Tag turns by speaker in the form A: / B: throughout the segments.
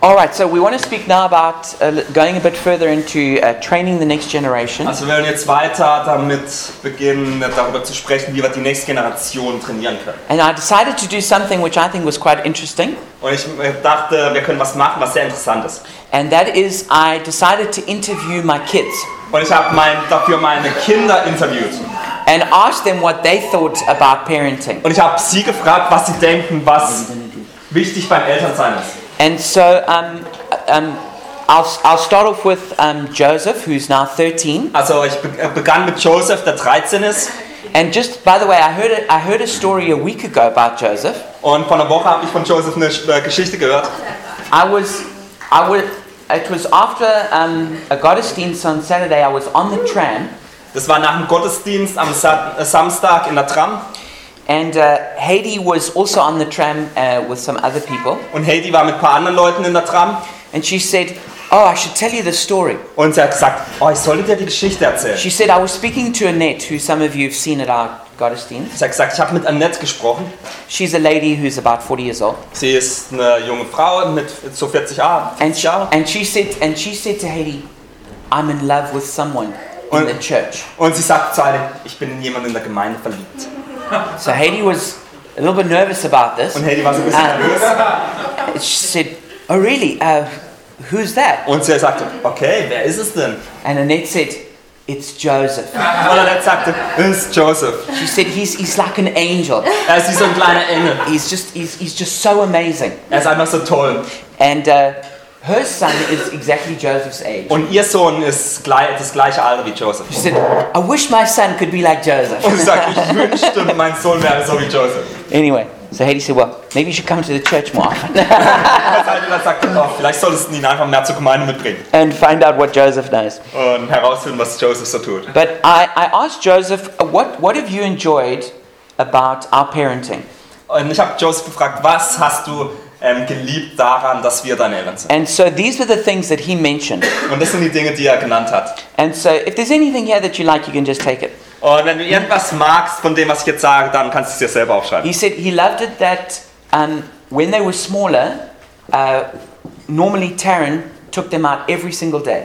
A: All right, so we want to speak now about uh, going a bit further into uh, training the next generation.
B: Also wir werden jetzt weiter damit beginnen, darüber zu sprechen, wie wir die nächste Generation trainieren können.
A: And I decided to do something which I think was quite interesting,
B: Und ich äh, dachte, wir können was machen, was sehr interessant ist.
A: and that is I decided to interview my kids
B: Und ich habe mein, dafür meine Kinder interviewt.
A: and ask them what they thought about parenting.
B: Und ich habe sie gefragt, was sie denken, was wichtig beim Elternsein ist.
A: And so um, um, I'll, I'll start off with um, Joseph, who's now 13.
B: Also ich be äh, begann mit Joseph, der 13 ist.
A: And just by the way, I heard a, I heard a story a week ago about Joseph.
B: Und vor einer Woche habe ich von Joseph eine äh, Geschichte gehört.
A: I was, I was, it was after um, a Gottesdienst on Saturday. I was on the tram,
B: Das war nach dem Gottesdienst am Sa äh, Samstag in der Tram.
A: and uh, Haiti was also on the tram uh, with some other people,
B: Und Heidi war mit ein paar anderen Leuten in der Tram.
A: and she said, "Oh, I should tell you the story."
B: Und sie hat gesagt, oh, ich sollte dir die Geschichte erzählen.
A: She said, "I was speaking to Annette, who some of you have seen at our Gottesdienst.
B: Ich habe gesagt, ich habe mit Annette gesprochen.
A: She's a lady who's about 40 years old,
B: Sie ist eine junge Frau mit so 40 Jahren.
A: and she, and she said, and she said to Haiti, "I'm in love with someone in the church."
B: Und sie sagt zu einem, ich bin in jemanden in der Gemeinde verliebt.
A: So Haiti was a little bit nervous about this.
B: Und Heidi war so ein bisschen
A: Ah.
B: nervös.
A: She said, "Oh, really? Uh, who's that?"
B: Und sie sagte, okay, wer ist es denn?
A: And Annette said, It's Joseph.
B: Und Annette sagte, es ist Joseph.
A: She said, He's, he's like an angel.
B: Er ist wie so ein kleiner Engel.
A: He's just, he's, he's just so amazing.
B: Er ist einfach so toll.
A: And uh, her son is exactly Joseph's age.
B: Und ihr Sohn ist gleich, das gleiche Alter wie Joseph.
A: She said, I wish my son could be like Joseph.
B: Und sie sagt, ich wünschte, mein Sohn wäre so wie Joseph.
A: Anyway, so Haiti said, Well, maybe you should come to the church more often
B: Und Heidi dann sagt, oh, vielleicht solltest du ihn einfach mehr zur Gemeinde mitbringen.
A: and find out what Joseph knows.
B: Und herausfinden, was Joseph so tut.
A: But I, I asked Joseph, uh, what, what have you enjoyed about our parenting?
B: Und ich habe Joseph gefragt, was hast du ähm, geliebt daran, dass wir deine Eltern sind?
A: And so these were the things that he mentioned.
B: Und das sind die Dinge, die er genannt hat.
A: And so if there's anything here that you like, you can just take it.
B: Und wenn du irgendwas magst von dem, was ich jetzt sage, dann kannst du es dir selber aufschreiben.
A: He said he loved it that um, when they were smaller, uh, normally Taryn took them out every single day.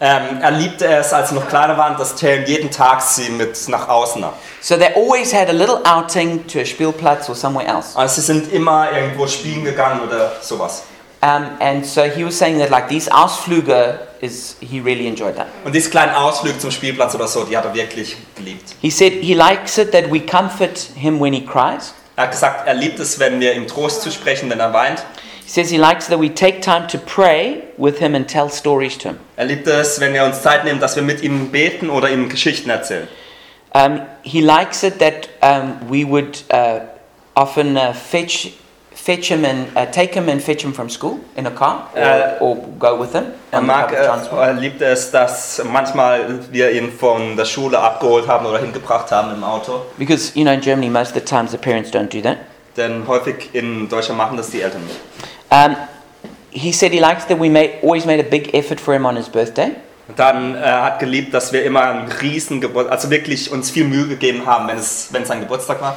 B: Ähm, er liebte es, als sie noch kleiner waren, dass Taryn jeden Tag sie mit nach außen nahm.
A: So they always had a little outing to a Spielplatz or somewhere else.
B: Also sie sind immer irgendwo spielen gegangen oder sowas.
A: Um, and so he was saying that like these Ausflüge is he really enjoyed that.
B: Und diese kleinen Ausflüge zum Spielplatz oder so, die hat er wirklich geliebt.
A: He said he likes it that we comfort him when he cries.
B: Er hat gesagt, er liebt es, wenn wir ihm Trost zusprechen, wenn er weint.
A: He says he likes that we take time to pray with him and tell stories to him.
B: Er liebt es, wenn wir uns Zeit nehmen, dass wir mit ihm beten oder ihm Geschichten erzählen.
A: Um, he likes it that um, we would uh, often uh, fetch, fetch him and uh, take him and fetch him from school in a car, or,
B: Uh,
A: or go with him
B: Er
A: on the
B: mag,
A: public
B: äh,
A: transport.
B: er liebt es, dass manchmal wir ihn von der Schule abgeholt haben oder hingebracht haben im Auto.
A: Because you know in Germany most of the times the parents don't do that.
B: Denn häufig in Deutschland machen das die Eltern nicht.
A: Um, he said he likes that we made, always made a big effort for him on his birthday.
B: Dann äh, hat geliebt, dass wir immer einen riesen Geburtstag, also wirklich uns viel Mühe gegeben haben, wenn es, wenn es sein Geburtstag war.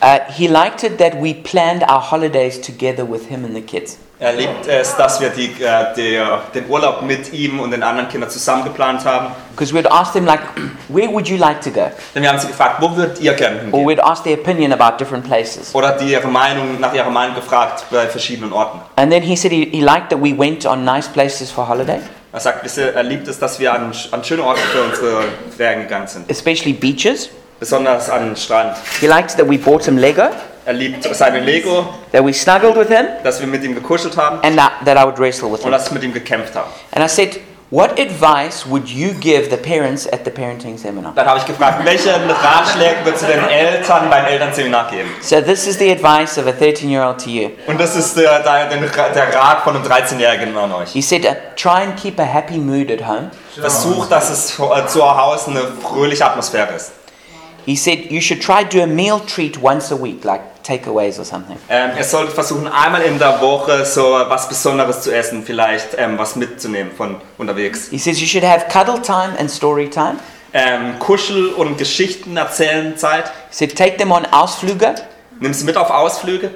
A: Uh, he liked it that we planned our holidays together with him and the kids.
B: Er liebt es, dass wir die, äh, der- den Urlaub mit ihm und den anderen Kindern zusammen geplant haben.
A: Because we'd ask them like, where would you like to go?
B: Denn wir haben sie gefragt, wo würdet ihr gerne
A: Or
B: hingehen?
A: we'd ask their opinion about different places.
B: Oder die ihre Meinung, nach ihrer Meinung gefragt bei verschiedenen Orten.
A: And then he said he, he liked that we went on nice places for holiday,
B: Er sagt, wisst ihr, er liebt es, dass wir an, an schöne Orte für unsere Ferien gegangen sind.
A: especially beaches.
B: Besonders an den Strand.
A: He liked that we bought him Lego,
B: Er liebt seine Lego,
A: that we snuggled with him,
B: dass wir mit ihm gekuschelt haben
A: and that, that I would wrestle with him.
B: und dass wir mit ihm gekämpft haben.
A: And I said, What advice would you give the parents at the parenting seminar?
B: Dann habe ich gefragt, welche Ratschläge würdest du den Eltern beim Elternseminar geben?
A: So, this is the advice of a 13 year old to you.
B: Und das ist der, der, der der Rat von einem 13-Jährigen an euch.
A: He said, uh, Try and keep a happy mood at home.
B: Versucht, dass es zu Hause eine fröhliche Atmosphäre ist.
A: He said, You should try do a meal treat once a week, like takeaways or something.
B: Ähm, ihr solltet versuchen, einmal in der Woche so was Besonderes zu essen, vielleicht ähm, was mitzunehmen von unterwegs.
A: He says, You should have cuddle time and story time.
B: Ähm, Kuschel- und Geschichten erzählen Zeit.
A: He said, Take them on Ausflüge.
B: Nimm sie mit auf Ausflüge.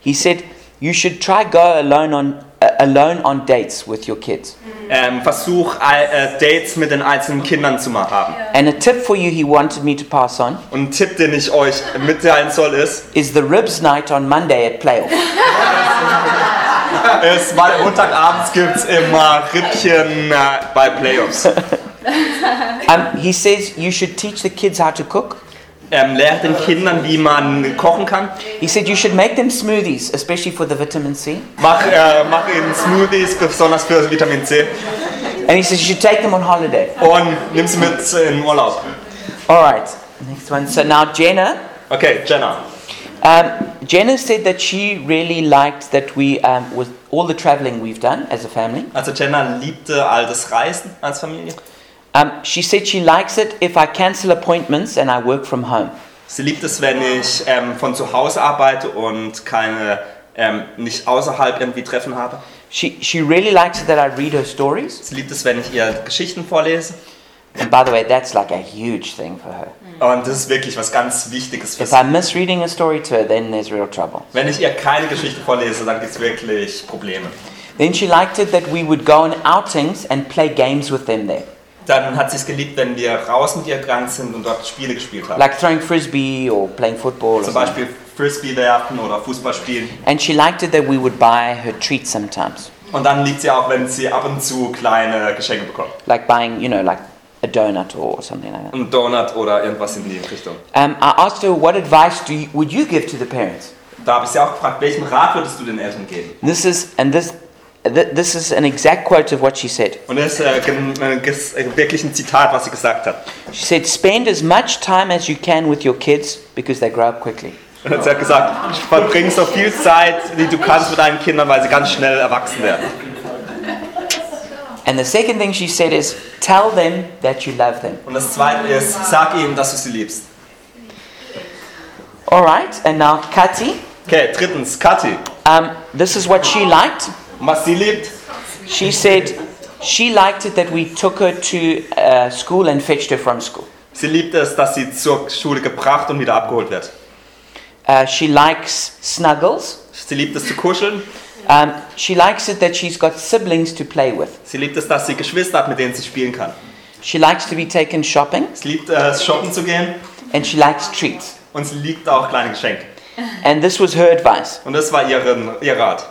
A: He said, You should try go alone on uh, uh, alone on dates with your kids.
B: Ähm, versuch all- äh, Dates mit den einzelnen Kindern zu mal haben.
A: And a tip for you he wanted me to pass on
B: Und ein Tipp, den ich euch mitteilen soll, ist,
A: is the ribs night on Monday at playoff.
B: es weil Montagabends gibt es immer Rippchen äh, bei Playoffs.
A: Um, he says you should teach the kids how to cook.
B: Ähm, lehrt den Kindern, wie man kochen kann.
A: He said you should make them smoothies, especially for the vitamin C.
B: Mach, äh, mach ihnen Smoothies, besonders für Vitamin C.
A: And he says you should take them on holiday.
B: Und nimm sie mit in den Urlaub.
A: All right, next one. So now Jenna.
B: Okay, Jenna.
A: Um, Jenna said that she really liked that we, um, with all the traveling we've done as a family,
B: Also Jenna liebte all das Reisen als Familie.
A: um, she said she likes it if I cancel appointments and I work from home.
B: Sie liebt es, wenn ich ähm, von zu Hause arbeite und keine, ähm, nicht außerhalb irgendwie Treffen habe.
A: She, she really likes it that I read her stories.
B: Sie liebt es, wenn ich ihr Geschichten vorlese.
A: And by the way, that's like a huge thing for her.
B: Und das ist wirklich was ganz Wichtiges für
A: If
B: sie.
A: I miss reading a story to her, then there's real trouble.
B: Wenn ich ihr keine Geschichte vorlese, dann gibt es wirklich Probleme.
A: Then she liked it that we would go on outings and play games with them there,
B: Dann hat sie es geliebt, wenn wir raus mit ihr gegangen sind und dort Spiele gespielt haben.
A: like throwing frisbee or playing football. Or
B: Zum
A: something.
B: Beispiel Frisbee werfen oder Fußball spielen.
A: And she liked it that we would buy her treats sometimes,
B: Und dann liebt sie auch, wenn sie ab und zu kleine Geschenke bekommt.
A: like buying, you know, like a donut or something like that.
B: Ein Donut oder irgendwas in die Richtung.
A: Um, I asked her, what advice do you, would you give to the parents?
B: Da habe ich sie auch gefragt, welchen Rat würdest du den Eltern geben?
A: This is, and this, th- this is an exact quote of what she said.
B: Und das ist äh, gen- äh, ges- äh, wirklich ein Zitat, was sie gesagt hat.
A: She said, spend as much time as you can with your kids because they grow up quickly.
B: Und sie hat gesagt, verbring so viel Zeit, wie du kannst mit deinen Kindern, weil sie ganz schnell erwachsen werden.
A: And the second thing she said is, tell them that you love them.
B: Und das Zweite ist, sag ihnen, dass du sie liebst.
A: All right, and now Kati.
B: Okay, drittens, Kathi.
A: Um, this is what she liked.
B: Was sie liebt,
A: She said she liked it that we took her to uh, school and fetched her from school.
B: sie liebt es, dass sie zur Schule gebracht und wieder abgeholt wird.
A: Uh, she likes snuggles.
B: Sie liebt es zu kuscheln.
A: Um, she likes it that she's got siblings to play with.
B: Sie liebt es, dass sie Geschwister hat, mit denen sie spielen kann.
A: She likes to be taken shopping
B: Sie liebt es, shoppen zu gehen.
A: and she likes treats.
B: Und sie liebt auch kleine Geschenke.
A: And this was her advice.
B: Und das war ihren, ihr Rat.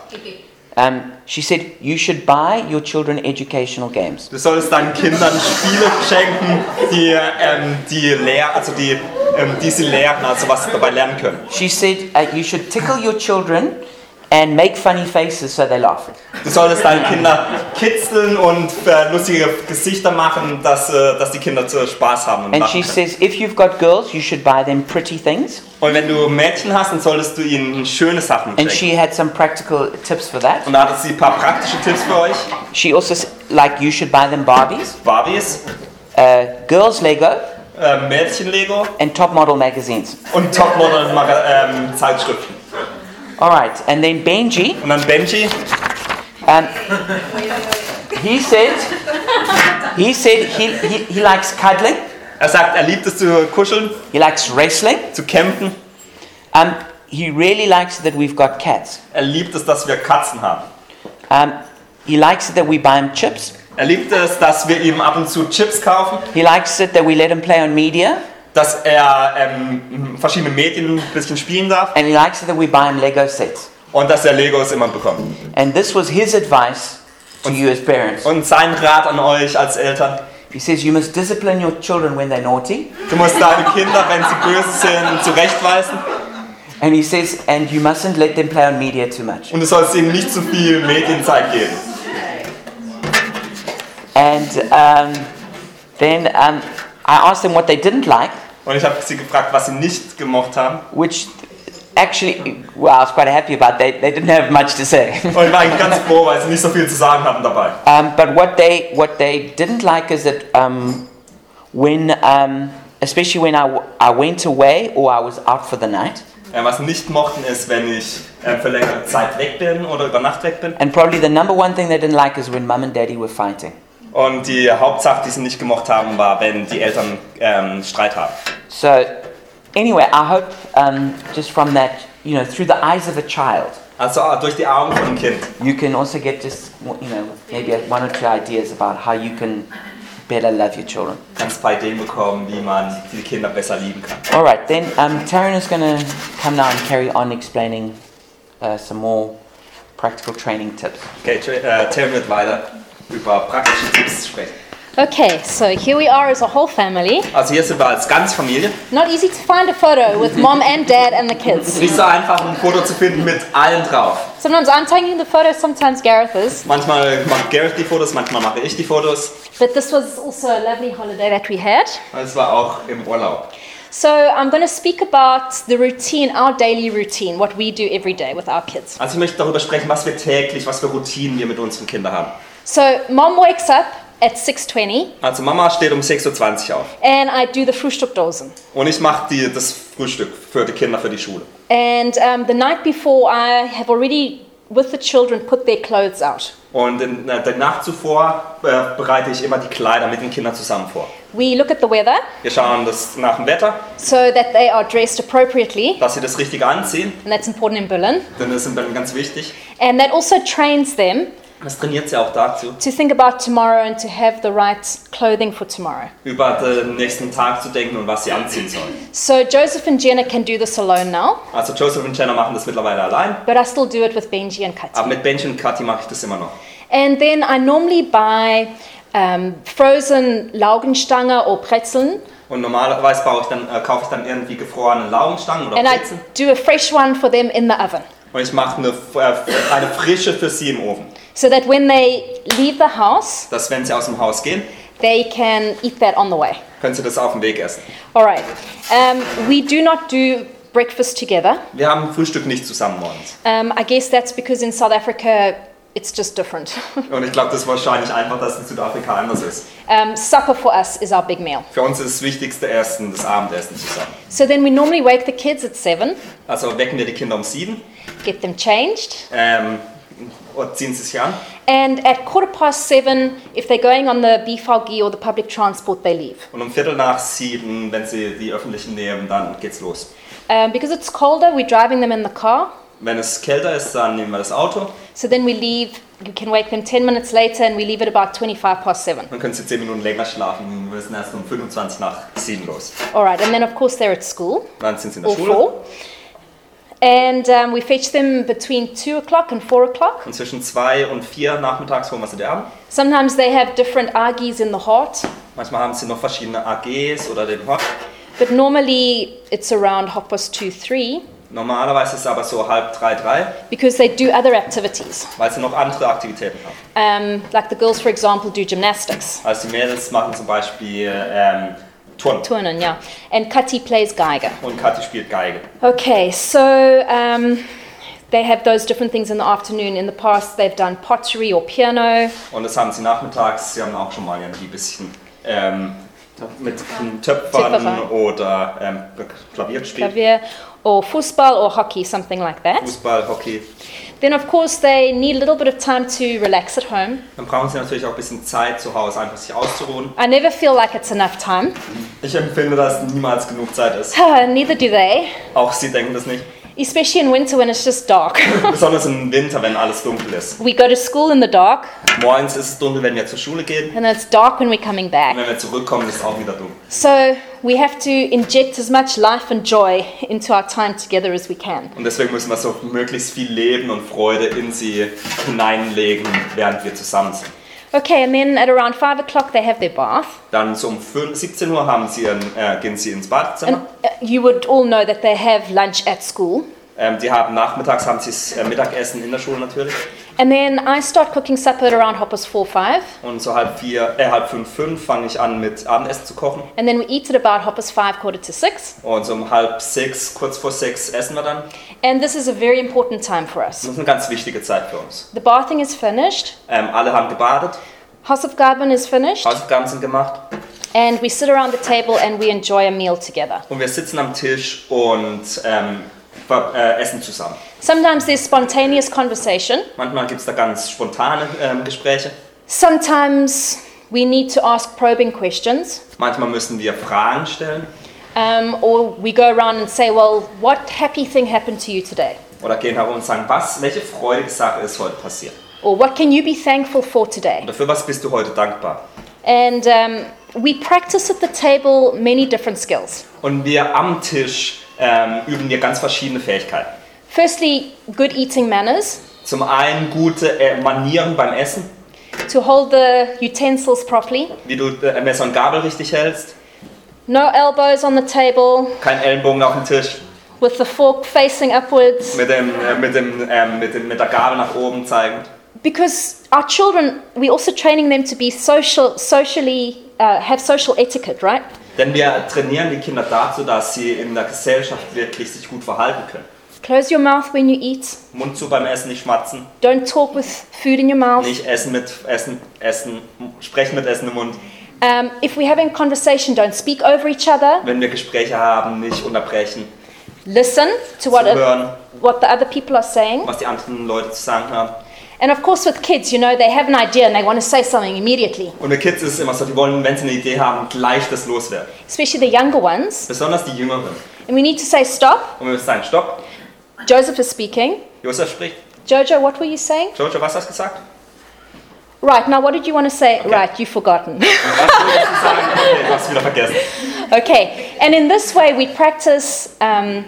A: Um, she said, You should buy your children educational games.
B: Du solltest deinen Kindern Spiele schenken, die, ähm, die, lehr also die, ähm, die sie lehren, also was sie dabei lernen können.
A: She said, uh, You should tickle your children and make funny faces so they laugh.
B: Du solltest deinen Kindern kitzeln und äh, lustige Gesichter machen, dass, äh, dass die Kinder zu Spaß haben. Und,
A: And she
B: lachen.
A: says, If you've got girls, you should buy them pretty things.
B: und wenn du Mädchen hast, dann solltest du ihnen schöne Sachen
A: And
B: schenken.
A: she had some practical tips for that.
B: Und da hatte sie ein paar praktische Tipps für euch.
A: She also, s- like, you should buy them Barbies,
B: Barbies,
A: uh, girls' Lego,
B: äh, Mädchen-Lego
A: and top model magazines.
B: und Topmodel-Zeitschriften.
A: All right, and then Benji,
B: und dann Benji,
A: um, he said, he said he, he, he likes cuddling,
B: er sagt, er liebt es zu kuscheln,
A: he likes wrestling,
B: zu kämpfen.
A: um, he really likes that we've got cats.
B: Er liebt es, dass wir Katzen haben.
A: Um, he likes it that we buy him chips.
B: Er liebt es, dass wir ihm ab und zu Chips kaufen,
A: He likes it that we let him play on media,
B: dass er ähm, verschiedene Medien ein bisschen spielen darf
A: and he likes it that we buy him Lego sets.
B: und dass er Legos immer bekommt.
A: And this was his advice to you as parents.
B: Und sein Rat an euch als Eltern,
A: He says you must discipline your children when they're naughty,
B: du musst deine Kinder, wenn sie böse sind, zurechtweisen
A: and he says, and you mustn't let them play on media too much.
B: und du sollst ihnen nicht zu viel Medienzeit geben.
A: And um, then um, I asked them what they didn't like,
B: Und ich habe sie gefragt, was sie nicht gemocht haben.
A: which actually, well, I was quite happy about. They, they didn't have much to say.
B: Und ich war eigentlich ganz froh, weil sie nicht so viel zu sagen hatten dabei.
A: um, but what they what they didn't like is that um, when, um, especially when I, w- I went away or I was out for the night,
B: Äh, was sie nicht mochten ist, wenn ich äh, für längere Zeit weg bin oder über Nacht weg bin.
A: and probably the number one thing they didn't like is when mum and daddy were fighting.
B: Und die Hauptsache, die sie nicht gemocht haben, war, wenn die Eltern ähm, Streit haben.
A: So, anyway, I hope um, just from that, you know, through the eyes of a child,
B: Also ah, durch die Augen von einem Kind.
A: You can also get just you know maybe one or two ideas about how you can better love your children.
B: Kannst paar Ideen bekommen, wie man die Kinder besser lieben kann.
A: All right, then um, Taryn is going to come now and carry on explaining uh, some more practical training tips.
B: Okay, Tra- äh, Terry wird weiter über praktische Tipps sprechen.
C: Okay, so here we are as a whole family.
B: Also hier sind wir als ganze Familie.
C: Not easy to find a photo with mom and dad and the kids.
B: Nicht so einfach, ein Foto zu finden mit allen drauf.
C: Sometimes I'm taking the photos, sometimes Gareth is.
B: Manchmal macht Gareth die Fotos, manchmal mache ich die Fotos.
C: But this was also a lovely holiday that we had.
B: Es war auch im Urlaub.
C: So I'm going to speak about the routine, our daily routine, what we do every day with our kids.
B: Also ich möchte darüber sprechen, was wir täglich, was für Routinen wir mit unseren Kindern haben.
C: So mom wakes up at 6:20
B: Also Mama steht um 6.20 Uhr auf
C: and I do the Frühstückdosen.
B: und ich mache das Frühstück für die Kinder für die Schule.
C: And um, the night before, I have already with the children put their clothes out.
B: Und in äh, der Nacht zuvor äh, bereite ich immer die Kleider mit den Kindern zusammen vor.
C: We look at the weather
B: Wir schauen das nach dem Wetter,
C: so that they are dressed appropriately,
B: dass sie das Richtige anziehen,
C: and that's important in Berlin.
B: denn das ist dann ganz wichtig.
C: And that also trains them
B: Das trainiert sie auch dazu,
C: to think about tomorrow and to have the right clothing for tomorrow.
B: über den nächsten Tag zu denken und was sie anziehen sollen.
C: So Joseph and Jenna can do this alone now,
B: Also Joseph und Jenna machen das mittlerweile allein,
C: but I still do it with Benji and Katy.
B: aber mit Benji und Kathi mache ich das immer noch.
C: And then I normally buy um, frozen Laugenstange or Brezeln,
B: Und normalerweise baue ich dann, äh, kaufe ich dann irgendwie gefrorene Laugenstangen oder
C: and I
B: Pizzen.
C: do a fresh one for them in the oven.
B: Und ich mache eine, äh, eine frische für sie im Ofen.
C: so that when they leave the house,
B: Dass wenn sie aus dem Haus gehen,
C: they can eat that on the way.
B: können sie das auf dem Weg essen.
C: All right. Um, we do not do breakfast together.
B: Wir haben Frühstück nicht zusammen morgens.
C: Um, I guess that's because in South Africa, it's just different.
B: Und ich glaube, das ist wahrscheinlich einfach, dass es in Südafrika anders ist.
C: um, supper for us is our big meal.
B: Für uns ist das Wichtigste erstens das Abendessen zusammen.
C: So then we normally wake the kids at seven,
B: Also wecken wir die Kinder um sieben,
C: get them changed,
B: ähm, und ziehen sie sich an.
C: and at quarter past seven, if they're going on the BVG or the public transport, they leave.
B: Und um Viertel nach sieben, wenn sie die öffentlichen nehmen, dann geht's los.
C: Um, because it's colder, we're driving them in the car.
B: Wenn es kälter ist, dann nehmen wir das Auto.
C: So then we leave. You can wake them 10 minutes later, and we leave at about 25 past seven.
B: Dann können sie zehn Minuten länger schlafen. Wir sind erst um 25 nach sieben los.
C: All right, and then of course they're at school,
B: Dann sind sie in der
C: all
B: Schule.
C: four. And um, we fetch them between two o'clock and four o'clock.
B: Und zwischen zwei und vier nachmittags holen wir sie dir ab.
C: Sometimes they have different argies in the heart,
B: Manchmal haben sie noch verschiedene AGs oder den Hot.
C: but normally it's around half past two, three,
B: Normalerweise ist es aber so halb drei, drei,
C: because they do other activities.
B: weil sie noch andere Aktivitäten haben.
C: Um, like the girls, for example, do gymnastics.
B: Also die Mädels machen zum Beispiel ähm, Turnen
C: Turnen, yeah. And Kati plays Geiger.
B: und Kathi spielt Geige.
C: Okay, so um, they have those different things in the afternoon. In the past, they've done pottery or piano.
B: Und das haben sie nachmittags, sie haben auch schon mal irgendwie ein bisschen ähm, mit Töpfern
C: Töpferei.
B: oder ähm, Klavier gespielt.
C: Clavier or football or hockey, something like that.
B: Fußball, Hockey.
C: Then, of course, they need a little bit of time to relax at home.
B: Dann brauchen sie natürlich auch ein bisschen Zeit zu Hause, einfach sich auszuruhen.
C: I never feel like it's enough time.
B: Ich empfinde, dass niemals genug Zeit ist.
C: Neither do they,
B: Auch sie denken das nicht.
C: especially in winter when it's just dark.
B: Besonders im Winter, wenn alles dunkel ist.
C: we go to school in the dark,
B: Morgens ist es dunkel, wenn wir zur Schule gehen.
C: and it's dark when we're coming
B: Und
C: back.
B: wenn wir zurückkommen, ist es auch wieder dunkel.
C: So, we have to inject as much life and joy into our time together as we can.
B: Und deswegen müssen wir so möglichst viel Leben und Freude in sie hineinlegen, während wir zusammen sind.
C: Okay, and then at around five o'clock, they have their bath.
B: Dann so um 5, 17 Uhr haben sie ihren, äh, gehen sie ins
C: And
B: Badezimmer.
C: uh, you would all know that they have lunch at school.
B: Ähm, die haben nachmittags haben sie das äh, Mittagessen in der Schule natürlich.
C: And then I start cooking supper at around hoppers four five.
B: Und so halb vier, äh, halb fünf, fünf fange ich an mit Abendessen zu kochen.
C: And then we eat at about hoppers five, quarter to six.
B: Und so um halb sechs, kurz vor sechs essen wir dann.
C: And this is a very important time for us.
B: Das ist eine ganz wichtige Zeit für uns.
C: The bathing is finished,
B: Ähm, alle haben gebadet,
C: Hausaufgaben is finished,
B: Hausaufgaben sind gemacht.
C: and we sit around the table and we enjoy a meal together.
B: Und wir sitzen am Tisch und ähm, ver- äh, essen zusammen.
C: Sometimes there's spontaneous conversation.
B: Manchmal gibt es da ganz spontane ähm, Gespräche.
C: Sometimes we need to ask probing questions,
B: Manchmal müssen wir Fragen stellen.
C: um, or we go around and say, Well, what happy thing happened to you today?
B: oder gehen herum und sagen, was, welche freudige Sache ist heute passiert?
C: or what can you be thankful for
B: Und
C: today?
B: dafür, was bist du heute dankbar?
C: And um, we practice at the table many different skills.
B: Und wir am Tisch ähm, üben wir ganz verschiedene Fähigkeiten.
C: Firstly, good eating manners,
B: Zum einen gute äh, Manieren beim Essen,
C: to hold the utensils properly,
B: wie du äh, Messer und Gabel richtig hältst,
C: no elbows on the table,
B: kein Ellenbogen auf dem Tisch,
C: with the fork facing upwards.
B: mit, dem, äh, mit, dem, ähm, mit, dem, mit der Gabel nach oben zeigend.
C: Because our children, we're also training them to be social, socially, uh, have social etiquette, right?
B: Denn wir trainieren die Kinder dazu, dass sie in der Gesellschaft wirklich sich gut verhalten können.
C: Close your mouth when you eat.
B: Mund zu beim Essen, nicht schmatzen,
C: Don't talk with food in your mouth.
B: nicht essen mit Essen, Essen, sprechen mit Essen im Mund.
C: Um, if we're having conversation, don't speak over each other.
B: Wenn wir Gespräche haben, nicht unterbrechen,
C: Listen to what,
B: zuhören,
C: what the other people are saying.
B: was die anderen Leute zu sagen haben.
C: And of course, with kids, you know, they have an idea and they want to say something immediately,
B: Und mit Kids ist es immer so, die wollen, wenn sie eine Idee haben, gleich das loswerden.
C: especially the younger ones.
B: Besonders die Jüngeren.
C: And we need to say, stop.
B: Und wir müssen sagen, stopp,
C: Joseph is speaking.
B: Josef spricht.
C: Jojo, what were you saying?
B: Jojo, was hast du gesagt?
C: Right, now what did you want to say? Right, you've forgotten.
B: Was wolltest du sagen? Okay, hast wieder vergessen.
C: okay, and in this way, we practice, um,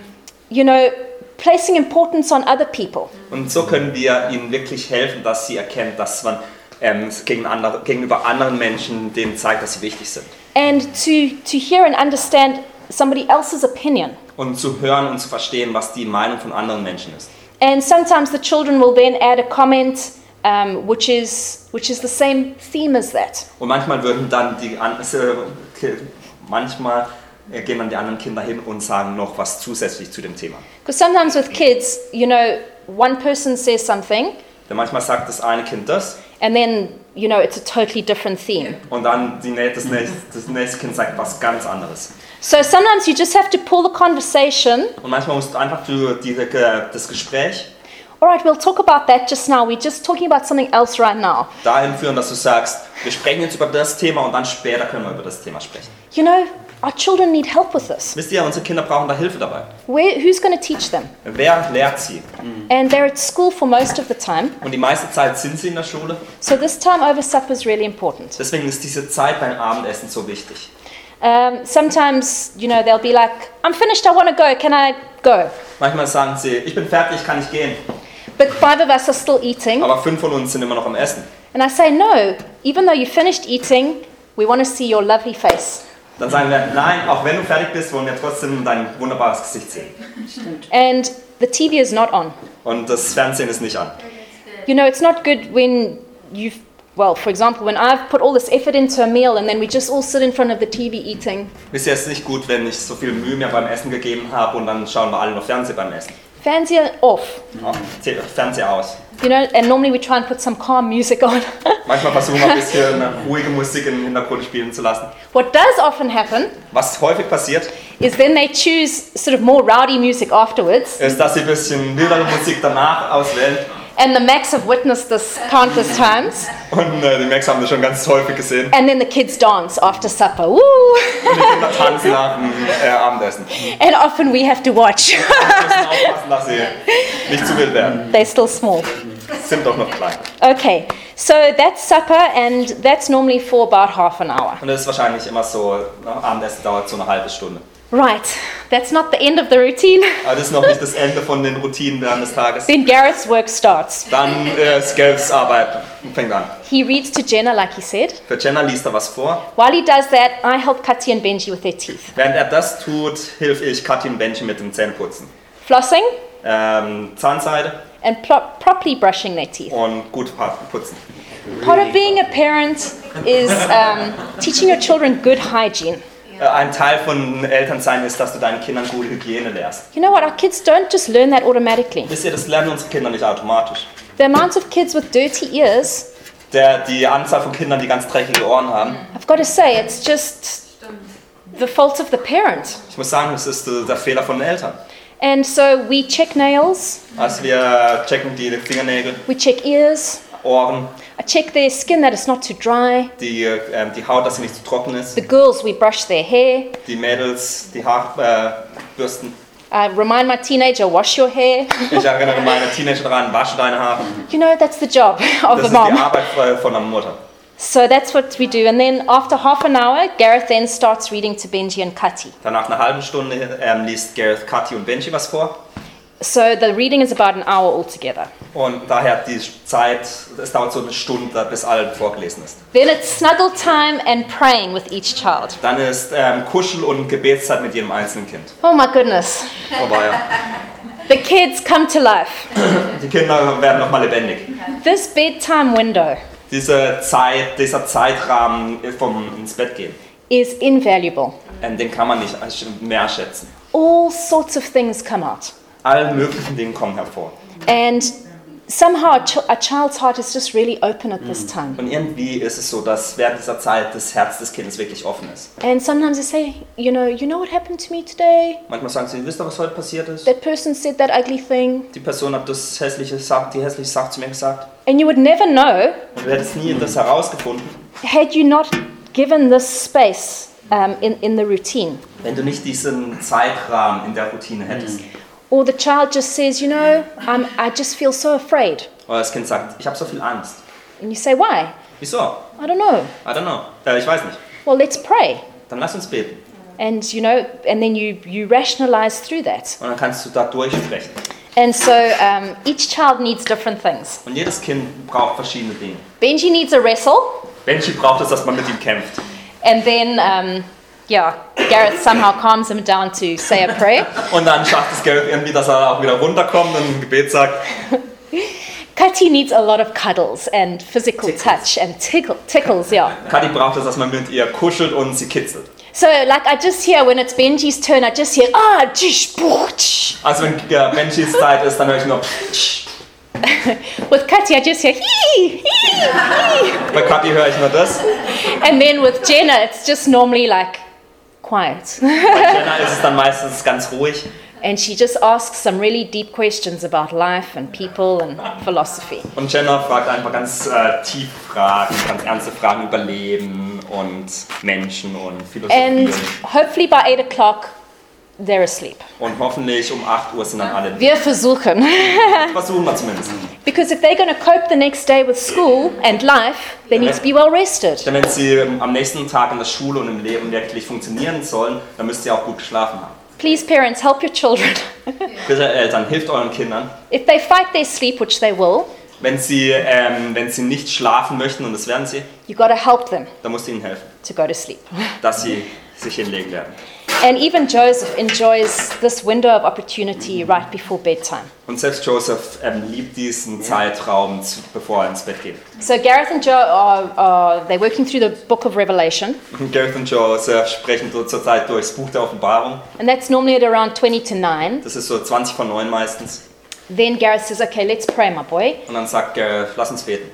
C: you know, placing importance on other people.
B: Und so können wir ihnen wirklich helfen, dass sie erkennen, dass man ähm, gegen andere, gegenüber anderen Menschen denen zeigt, dass sie wichtig sind.
C: and to, to hear and understand somebody else's opinion.
B: Und zu hören und zu verstehen, was die Meinung von anderen Menschen ist.
C: And sometimes the children will then add a comment um, which, is, which is the same theme as that.
B: Und manchmal würden dann die an- äh, manchmal äh, gehen dann die anderen Kinder hin und sagen noch was zusätzlich zu dem Thema.
C: Because sometimes with kids, you know, one person says something
B: Denn manchmal sagt das eine Kind das
C: and then, you know, it's a totally different theme.
B: und dann die, nä- das, nächste, das nächste Kind sagt was ganz anderes.
C: So sometimes you just have to pull the conversation.
B: Und manchmal musst du einfach du die, äh, das Gespräch
C: All right, we'll talk about that just now. We're just talking about something else right now.
B: dahin führen, dass du sagst, wir sprechen jetzt über das Thema und dann später können wir über das Thema sprechen.
C: You know, our children need help with this.
B: Wisst ihr, unsere Kinder brauchen da Hilfe dabei.
C: Where, who's going to teach them?
B: Wer lehrt sie?
C: And they're at school for most of the time.
B: Und die meiste Zeit sind sie in der Schule.
C: So this time over supper is really important.
B: Deswegen ist diese Zeit beim Abendessen so wichtig.
C: Um, sometimes, you know, they'll be like, I'm finished, I want to go, can I go?
B: Manchmal sagen sie, ich bin fertig, kann ich gehen.
C: But five of us are still eating.
B: Aber fünf von uns sind immer noch am Essen.
C: And I say, no, even though you finished eating, we want to see your lovely face.
B: Dann sagen wir, nein, auch wenn du fertig bist, wollen wir trotzdem dein wunderbares Gesicht sehen.
C: And the TV is not on.
B: Und das Fernsehen ist nicht an.
C: You know, it's not good when you've, well, for example, when I've put all this effort into a meal and then we just all sit in front of the TV eating.
B: Wisst ihr, es ist nicht gut, wenn ich so viel Mühe mir beim Essen gegeben habe und dann schauen wir alle noch Fernsehen beim Essen.
C: Fans are off,
B: Ach, Te- Fernseher aus.
C: you know, and normally we try and put some calm music on.
B: Manchmal versuchen wir ein bisschen ruhige Musik im Hintergrund spielen zu lassen.
C: what does often happen
B: Was häufig passiert,
C: is then they choose sort of more rowdy music afterwards.
B: ist, dass sie ein bisschen wildere Musik danach auswählen.
C: And the Macs have witnessed this countless times.
B: Und äh, die Max haben das schon ganz häufig gesehen.
C: And then the kids dance after supper. Woo!
B: Und die Kinder tanzen nach dem äh, Abendessen. Wir
C: And often we have to watch.
B: müssen aufpassen, dass sie nicht zu wild werden.
C: They're still small.
B: Sind doch noch klein.
C: Okay, so that's supper, and that's normally for about half an hour.
B: Und das ist wahrscheinlich immer so, ne, Abendessen dauert so eine halbe Stunde.
C: Right, that's not the end of the routine.
B: Aber das ist noch nicht das Ende von den Routinen während des Tages.
C: Then Gareth's work starts.
B: Dann äh, ist Gelbs Arbeit und fängt an.
C: He reads to Jenna, like he said.
B: Für Jenna liest er was vor.
C: While he does that, I help Katya and Benji with their teeth.
B: Während er das tut, hilfe ich Katja und Benji mit dem Zähneputzen.
C: Flossing
B: Ähm, Zahnseide
C: and plo- properly brushing their teeth.
B: und gut putzen.
C: Part of being a parent is um, teaching your children good hygiene.
B: Äh, ein Teil von Elternsein ist, dass du deinen Kindern gute Hygiene lehrst.
C: You know what? Our kids don't just learn that automatically.
B: Wisst ihr, das lernen unsere Kinder nicht automatisch.
C: The amount of kids with dirty ears,
B: Der, die Anzahl von Kindern, die ganz dreckige Ohren haben.
C: I've got to say, it's just the fault of the parent.
B: Ich muss sagen, das ist äh, der Fehler von den Eltern.
C: And so we check nails,
B: Also wir checken die Fingernägel,
C: we check ears,
B: Ohren,
C: I check their skin that it's not too dry.
B: die, ähm, die Haut, dass sie nicht zu trocken ist.
C: The girls, we brush their hair.
B: Die Mädels, die Haarbürsten. Äh, Bürsten.
C: I remind my teenager, wash your hair.
B: Ich erinnere meine Teenager daran, wasche deine Haare.
C: You know, that's the job
B: Das
C: of a
B: ist die
C: mom.
B: Arbeit von- von einer Mutter.
C: So that's what we do. And then after half an hour, Gareth then starts reading to Benji and Kati.
B: Danach einer halben Stunde ähm, liest Gareth, Kathi und Benji was vor.
C: So the reading is about an hour altogether.
B: Und daher die Zeit, es dauert so eine Stunde, bis allen vorgelesen ist.
C: Then it's snuggle time and praying with each child.
B: Dann ist ähm, Kuschel- und Gebetszeit mit jedem einzelnen Kind
C: Oh my goodness.
B: vorbei. ja.
C: The kids come to life.
B: Die Kinder werden nochmal lebendig.
C: This bedtime window
B: Diese Zeit, dieser Zeitrahmen vom ins Bett gehen,
C: is invaluable.
B: ähm, den kann man nicht mehr schätzen.
C: All sorts of things come out.
B: Alle möglichen Dinge kommen hervor.
C: And somehow a, ch- a child's heart is just really open at this time.
B: Und irgendwie ist es so, dass während dieser Zeit das Herz des Kindes wirklich offen ist.
C: And sometimes they say, you know, you know what happened to me today?
B: Manchmal sagen sie, wisst ihr, was heute passiert ist?
C: That person said that ugly thing.
B: Die Person hat das hässliche Sa- die hässliche Sache zu mir gesagt.
C: And you would never know
B: Und du hättest nie das herausgefunden,
C: had you not given this space um, in, in the routine.
B: wenn du nicht diesen Zeitrahmen in der Routine hättest.
C: Or the child just says, you know, I'm, I just feel so afraid.
B: Oder das Kind sagt, ich habe so viel Angst.
C: And you say, why?
B: Wieso? I
C: I don't know.
B: don't know. Äh, ich weiß nicht.
C: Well, let's pray.
B: Dann lass uns beten.
C: And you know, and then you, you rationalize through that.
B: Und dann kannst du da durchsprechen.
C: And so um, each child needs different things.
B: Und jedes Kind braucht verschiedene Dinge.
C: Benji needs a wrestle,
B: Benji braucht es, dass man mit ihm kämpft.
C: and then um, yeah, Gareth somehow calms him down to say a prayer.
B: Und dann schafft es Gareth irgendwie, dass er auch wieder runterkommt und ein Gebet sagt.
C: Kati needs a lot of cuddles and physical touch and tickle, tickles, yeah.
B: Kadi braucht es, dass man mit ihr kuschelt und sie kitzelt.
C: So like I just hear when it's Benji's turn, I just hear ah jish booh, tsh."
B: Also wenn äh, Benjis Zeit ist, dann höre ich nur Psch.
C: With Kati, I just hear hee hee,
B: Bei Kadi höre ich nur das.
C: and then with Jenna, it's just normally like quiet.
B: Bei Jenna ist es dann meistens ganz ruhig.
C: And she just asks some really deep questions about life and people and philosophy.
B: Und Jenna fragt einfach ganz äh, tief Fragen, ganz ernste Fragen über Leben und Menschen und Philosophie.
C: And hopefully by 8 o'clock, they're asleep.
B: Und hoffentlich um 8 Uhr sind dann alle
C: Wir versuchen.
B: Das Versuchen wir zumindest.
C: Because if they're going to cope the next day with school and life, they need to be well rested.
B: Denn wenn sie ähm, am nächsten Tag in der Schule und im Leben wirklich funktionieren sollen, dann müsst ihr auch gut geschlafen haben.
C: Please, parents, help your children.
B: Bitte Eltern, hilft euren Kindern.
C: If they fight their sleep, which they will,
B: Wenn sie, ähm, wenn sie nicht schlafen möchten, und das werden sie,
C: you've got to help them
B: dann musst ihr ihnen helfen,
C: to go to sleep.
B: dass sie sich hinlegen werden.
C: And even Joseph enjoys this window of opportunity right before bedtime.
B: Und selbst Joseph ähm, liebt diesen Zeitraum, zu, bevor er ins Bett geht.
C: So Gareth and Joe are, are they're working through the book of Revelation.
B: Und Gareth und Joseph sprechen so zurzeit durchs Buch der Offenbarung.
C: And that's normally at around 20 to 9.
B: Das ist so 20 von 9 meistens.
C: Then Gareth says, okay, let's pray, my boy.
B: Und dann sagt Gareth, lass uns beten.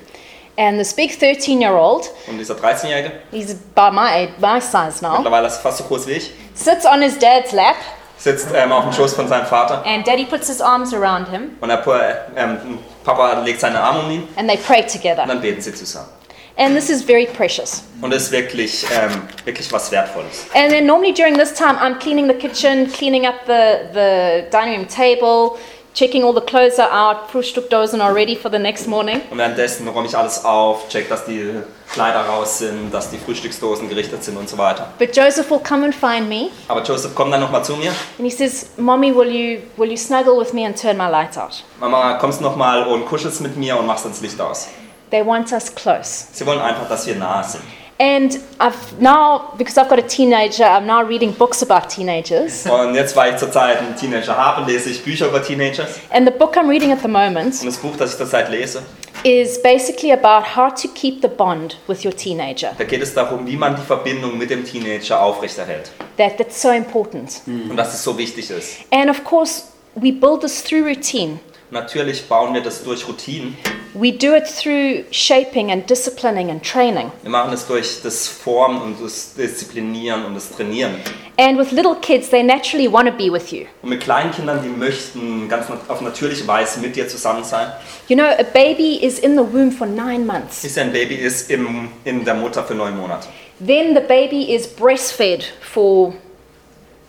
C: And this big 13 year old,
B: Und dieser 13-Jährige,
C: he's about my, age- my size now,
B: mittlerweile ist er fast so groß wie ich,
C: sits on his dad's lap
B: sitzt ähm, auf dem Schoß von seinem Vater.
C: and daddy puts his arms around him
B: Und der Pa- ähm, Papa legt seine Arme um ihn und
C: and they pray
B: dann
C: together.
B: beten sie zusammen.
C: And this is very precious.
B: Und das ist wirklich, ähm, wirklich was Wertvolles.
C: And then normally during this time, I'm cleaning the kitchen, cleaning up the, the dining room table, checking all the clothes are out, Frühstückdosen are ready for the next morning.
B: Und währenddessen räume ich alles auf, check, dass die Kleider raus sind, dass die Frühstücksdosen gerichtet sind und so weiter.
C: But Joseph will come and find me
B: Aber Joseph kommt dann nochmal zu mir.
C: and he says, Mommy, will you, will you snuggle with me and turn my light out?
B: Mama, kommst nochmal und kuschelst mit mir und machst dann das Licht aus.
C: They want us close.
B: Sie wollen einfach, dass wir nahe sind.
C: And I've now, because I've got a teenager, I'm now reading books about teenagers.
B: Und jetzt, weil ich zurzeit einen Teenager habe, lese ich Bücher über Teenagers.
C: And the book I'm reading at the
B: Und
C: moment
B: das Buch, das ich zurzeit lese,
C: is basically about how to keep the bond with your teenager.
B: da geht es darum, wie man die Verbindung mit dem Teenager aufrechterhält.
C: That, that's so important.
B: Und dass es so wichtig ist.
C: And of course, we build this through routine.
B: Natürlich bauen wir das durch Routinen.
C: We do it through shaping and disciplining and training.
B: Wir machen es durch das Formen und das Disziplinieren und das Trainieren.
C: And with little kids, they naturally want to be with you.
B: Und mit kleinen Kindern, die möchten ganz nat- auf natürliche Weise mit dir zusammen sein.
C: You know, a baby is in the womb for nine months.
B: Bis ein Baby ist im, in der Mutter für neun Monate.
C: Then the baby is breastfed for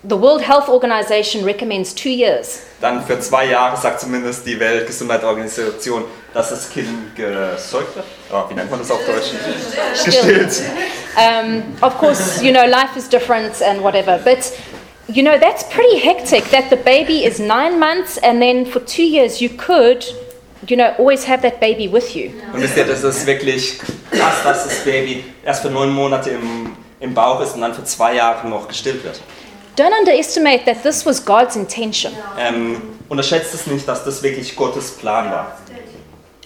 C: The World Health Organization recommends two years.
B: Dann für zwei Jahre sagt zumindest die Weltgesundheitsorganisation, dass das Kind gesäugt wird. Ah, wie nennt man das auf Deutsch? Gestillt.
C: Um, of course, you know, life is different and whatever, but you know, that's pretty hectic that the baby is nine months and then for two years you could, you know, always have that baby with you.
B: Und wisst ihr, das ist wirklich krass, dass das Baby erst für neun Monate im, im Bauch ist und dann für zwei Jahre noch gestillt wird.
C: Don't underestimate that this was God's intention.
B: Ähm, unterschätzt es nicht, dass das wirklich Gottes Plan war.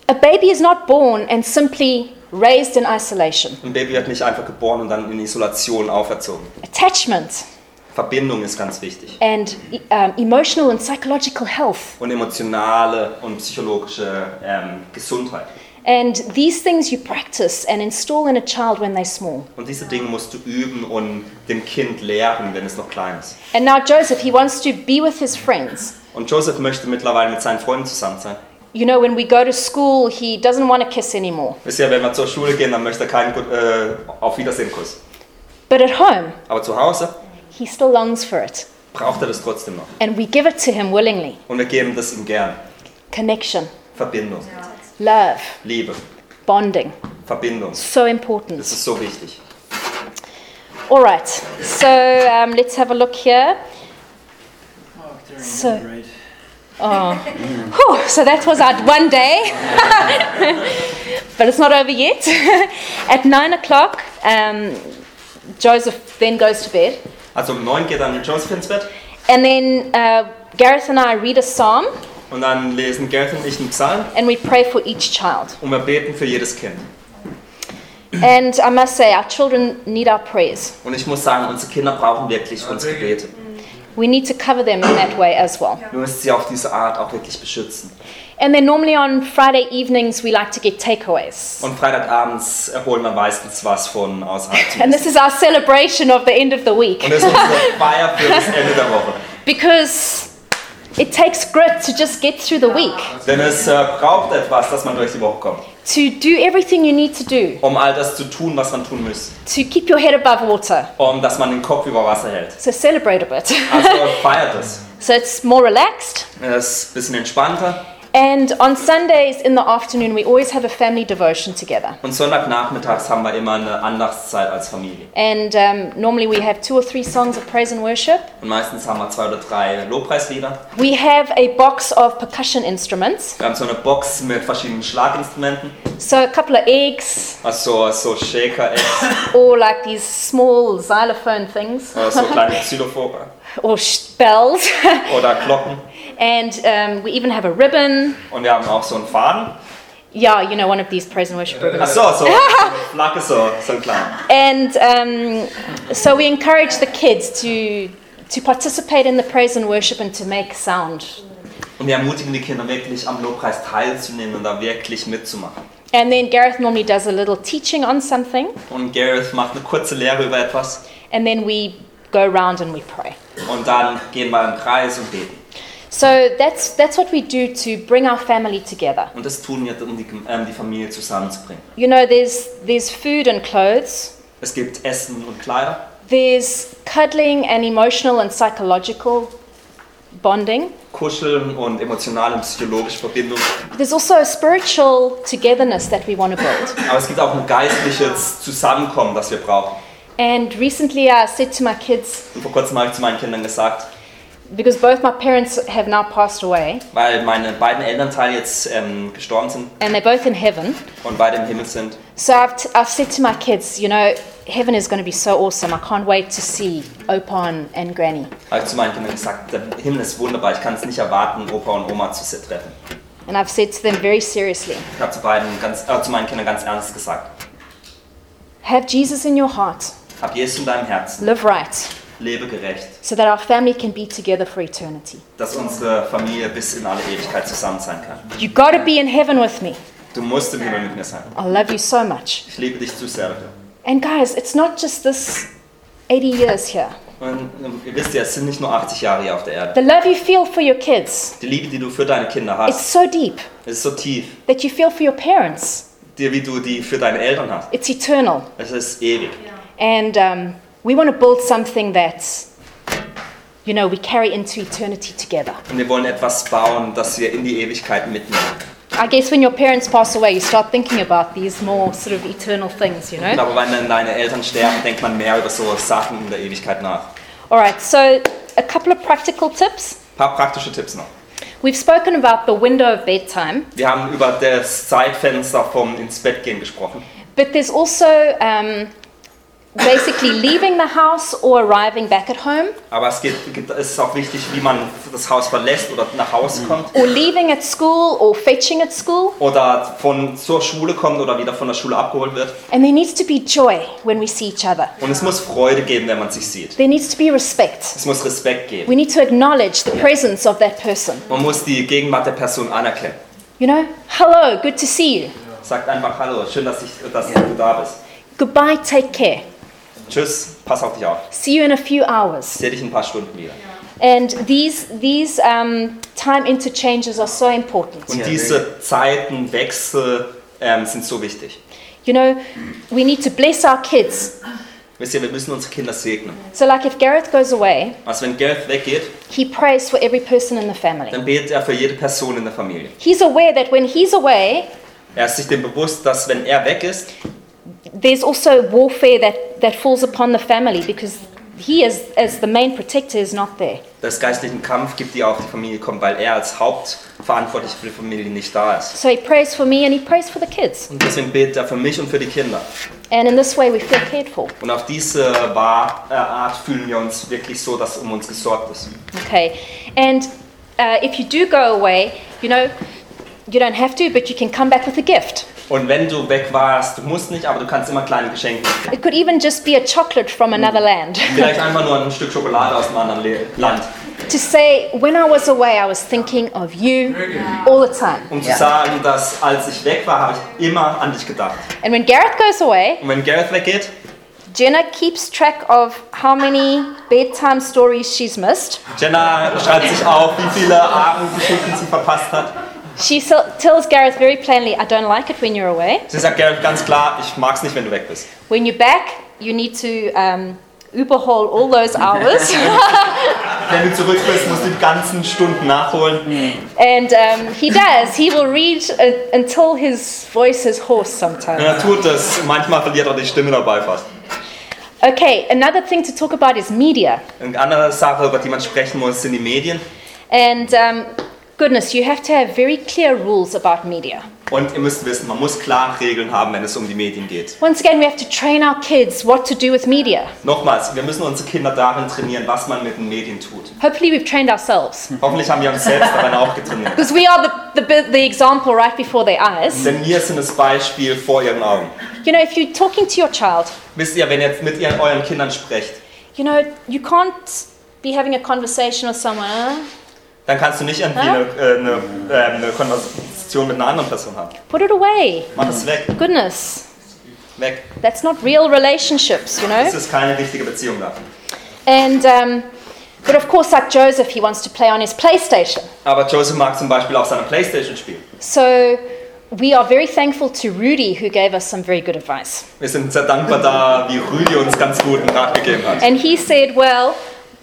C: A baby is not born and simply raised in isolation.
B: Ein Baby wird nicht einfach geboren und dann in Isolation auferzogen.
C: Attachment
B: Verbindung ist ganz wichtig.
C: and e- um, emotional and psychological health.
B: Und emotionale und psychologische ähm, Gesundheit.
C: And these things you practice and install in a child when they're small.
B: Und diese Dinge musst du üben und dem Kind lehren, wenn es noch klein ist.
C: And now Joseph, he wants to be with his friends.
B: Und Joseph möchte mittlerweile mit seinen Freunden zusammen sein.
C: You know, when we go to school, he doesn't want to kiss anymore.
B: Wisst ihr, wenn wir zur Schule gehen, dann möchte er keinen Gut- äh, Auf Wiedersehen-Kuss.
C: But at home,
B: Aber zu Hause
C: he still longs for it.
B: braucht er das trotzdem noch.
C: And we give it to him willingly.
B: Und wir geben das ihm gern.
C: Connection,
B: Verbindung,
C: love,
B: Liebe,
C: bonding.
B: Verbindung.
C: So important.
B: Das ist so wichtig.
C: All right, so um, let's have a look here. So, oh, Whew, so that was our one day, but it's not over yet. At nine o'clock, um, Joseph then goes to bed,
B: Also um neun geht dann Joseph ins Bett
C: and then uh, Gareth and I read a psalm
B: und dann lesen Gareth und ich einen Psalm
C: and we pray for each child.
B: und wir beten für jedes Kind.
C: And I must say, our children need our prayers.
B: Und ich muss sagen, unsere Kinder brauchen wirklich unsere Gebete.
C: We need to cover them in that way as well.
B: Wir müssen sie auf diese Art auch wirklich beschützen.
C: And then normally on Friday evenings, we like to get takeaways.
B: Und Freitagabends erholen wir meistens was von außerhalb. zu
C: And
B: essen.
C: this is our celebration of the end of the week
B: Und das ist unsere Feier für das Ende der Woche.
C: because it takes grit to just get through the week,
B: Denn es äh, braucht etwas, dass man durch die Woche kommt,
C: to do everything you need to do,
B: um all das zu tun, was man tun muss,
C: to keep your head above water.
B: um dass man den Kopf über Wasser hält.
C: So celebrate a bit.
B: Also feiert es.
C: so it's more relaxed.
B: Es ist ein bisschen entspannter.
C: And on Sundays in the afternoon, we always have a family devotion together.
B: Und Sonntagnachmittags haben wir immer eine Andachtszeit als Familie.
C: And um, normally we have two or three songs of praise and worship.
B: Und meistens haben wir zwei oder drei Lobpreislieder.
C: We have a box of percussion instruments.
B: Wir haben so eine Box mit verschiedenen Schlaginstrumenten.
C: So a couple of eggs
B: Also so Shaker, äh,
C: or like these small xylophone things
B: so kleine Xylophone
C: or sh- bells.
B: oder Glocken.
C: And um, we even have a ribbon.
B: Und wir haben auch so einen Faden.
C: Yeah, you know, one of these praise and worship ribbons.
B: Achso, so eine Flagge, so, so ein kleiner.
C: And um, so we encourage the kids to, to participate in the praise and worship and to make sound.
B: Und wir ermutigen die Kinder wirklich am Lobpreis teilzunehmen und da wirklich mitzumachen.
C: And then Gareth normally does a little teaching on something,
B: Und Gareth macht eine kurze Lehre über etwas
C: and then we go round and we pray.
B: und dann gehen wir im Kreis und beten.
C: So that's, that's what we do to bring our family together.
B: Und das tun wir, um die, ähm, die Familie zusammenzubringen.
C: You know, there's, there's food and clothes,
B: Es gibt Essen und Kleider,
C: there's cuddling and emotional and psychological bonding.
B: Kuscheln und emotionale und psychologische Verbindung.
C: There's also a spiritual togetherness that we want to build.
B: Aber es gibt auch ein geistliches Zusammenkommen, das wir brauchen.
C: And recently I said to my kids,
B: Und vor kurzem habe ich zu meinen Kindern gesagt,
C: because both my parents have now passed away
B: weil meine beiden Elternteile jetzt ähm, gestorben sind
C: and they're both in heaven,
B: und beide im Himmel sind,
C: so I've, t- I've said to my kids, you know, heaven is going to be so awesome. I can't wait to see Opon and Granny.
B: habe ich zu meinen Kindern gesagt, der Himmel ist wunderbar, ich kann es nicht erwarten, Opa und Oma zu se- treffen.
C: And I've said to them very seriously,
B: Ich habe zu, beiden ganz, äh, zu meinen Kindern ganz ernst gesagt,
C: have Jesus in your heart,
B: hab Jesus in deinem Herzen,
C: live right,
B: lebe gerecht,
C: so that our family can be together for eternity.
B: dass unsere Familie bis in alle Ewigkeit zusammen sein kann.
C: You got to be in heaven with me.
B: Du musst im Himmel mit mir sein.
C: I love you so much.
B: Ich liebe dich zu sehr dafür.
C: And guys, it's not just this 80 years here.
B: Und ähm, ihr wisst ja, es sind nicht nur 80 Jahre hier auf der Erde.
C: The love you feel for your kids,
B: Die Liebe, die du für deine Kinder
C: it's
B: hast,
C: so deep
B: ist so tief.
C: that you feel for your parents.
B: Die, wie du die für deine Eltern hast,
C: It's eternal.
B: es ist ewig.
C: And um, we want to build something that you know, we carry into eternity together.
B: Und wir wollen etwas bauen, das wir in die Ewigkeit mitnehmen.
C: I guess when your parents pass away, you start thinking about these more sort of eternal things, you
B: Ich
C: know?
B: glaube, wenn dann deine Eltern sterben, denkt man mehr über so Sachen in der Ewigkeit nach.
C: All right, so a couple of practical tips.
B: Ein paar praktische Tipps noch.
C: We've spoken about the window of bedtime,
B: Wir haben über das Zeitfenster vom ins Bett gehen gesprochen.
C: but there's also um, basically leaving the house or arriving back at home,
B: Aber es, geht, gibt- es ist auch wichtig, wie man das Haus verlässt oder nach Hause kommt
C: or leaving at school or fetching at school.
B: oder von zur Schule kommt oder wieder von der Schule abgeholt wird.
C: And there needs to be joy when we see each other,
B: Und es muss Freude geben, wenn man sich sieht.
C: there needs to be respect.
B: Es muss Respekt geben.
C: We need to acknowledge the presence of that person.
B: Man muss die Gegenwart der Person anerkennen.
C: You know, hello, good to see you.
B: Sagt einfach Hallo, schön, dass, ich, dass du da bist.
C: Goodbye, take care.
B: Tschüss, pass auf dich auf.
C: See you in a few hours.
B: Ich sehe dich in ein paar Stunden wieder.
C: And these, these um, time interchanges are so important.
B: Und diese Zeitenwechsel ähm, sind so wichtig.
C: You know, we need to bless our kids.
B: Wisst ihr, wir müssen unsere Kinder segnen.
C: So, like if Gareth goes away,
B: Also wenn Gareth weggeht,
C: he prays for every person in the family.
B: dann betet er für jede Person in der Familie.
C: He's aware that when he's away,
B: Er ist sich dem bewusst, dass wenn er weg ist,
C: there's also warfare that, that falls upon the family because he, is, as the main protector, is not there.
B: das geistlichen Kampf gibt, die auf die Familie kommt, weil er als Hauptverantwortlich für die Familie nicht da ist.
C: So, he prays for me and he prays for the kids.
B: Und deswegen betet er für mich und für die Kinder.
C: And in this way, we feel cared for.
B: Und auf diese Wa- äh, Art fühlen wir uns wirklich so, dass um uns gesorgt ist.
C: Okay, and uh, if you do go away, you know, you don't have to, but you can come back with a gift.
B: Und wenn du weg warst, du musst nicht, aber du kannst immer kleine Geschenke. machen.
C: It could even just be a chocolate from another land
B: Vielleicht einfach nur ein Stück Schokolade aus einem anderen Le Land.
C: to say, when I was away, I was thinking of you all the time.
B: Um zu sagen, dass als ich weg war, habe ich immer an dich gedacht.
C: And when Gareth goes away,
B: Und wenn Gareth weggeht,
C: Jenna keeps track of how many bedtime stories she's missed.
B: Jenna schreibt sich auf, wie viele Abendgeschichten sie verpasst hat.
C: She so- tells Gareth very plainly, I don't like it when you're away.
B: Sie sagt Gareth ganz klar, ich mag's nicht, wenn du weg bist.
C: When you're back, you need to um, overhaul all those hours.
B: Wenn du zurück bist, musst du die ganzen Stunden nachholen.
C: And um, he does. He will read uh, until his voice is hoarse
B: Und
C: sometimes.
B: er tut das. Manchmal verliert er die Stimme dabei fast.
C: Okay, another thing to talk about is media.
B: Eine andere Sache, über die man sprechen muss, sind die Medien.
C: And um, goodness, you have to have very clear rules about media.
B: Und ihr müsst wissen, man muss klare Regeln haben, wenn es um die Medien geht.
C: Once again, we have to train our kids what to do with media.
B: Nochmals, wir müssen unsere Kinder darin trainieren, was man mit den Medien tut.
C: Hopefully, we've trained ourselves.
B: Hoffentlich haben wir uns selbst daran auch getrainiert.
C: Because we are the, the, bi- the example right before their eyes.
B: Denn wir sind das Beispiel vor ihren Augen.
C: You know, if you're talking to your child,
B: Wisst ihr, wenn ihr jetzt mit ihren, euren Kindern sprecht,
C: you know, you can't be having a conversation with someone. "Uh,
B: dann kannst du nicht irgendwie
C: Hä?
B: eine, äh, eine, äh, eine Konversation mit einer anderen Person haben.
C: Put it away.
B: Mach es weg,
C: Goodness,
B: weg.
C: that's not real relationships, you know?
B: Es ist keine richtige Beziehung da.
C: And um, but of course, like Joseph, he wants to play on his PlayStation.
B: Aber Joseph mag zum Beispiel auch seine Playstation spielen.
C: So we are very thankful to Rudy, who gave us some very good advice.
B: Wir sind sehr dankbar da, wie Rüdi uns ganz guten Rat gegeben hat.
C: And he said, well,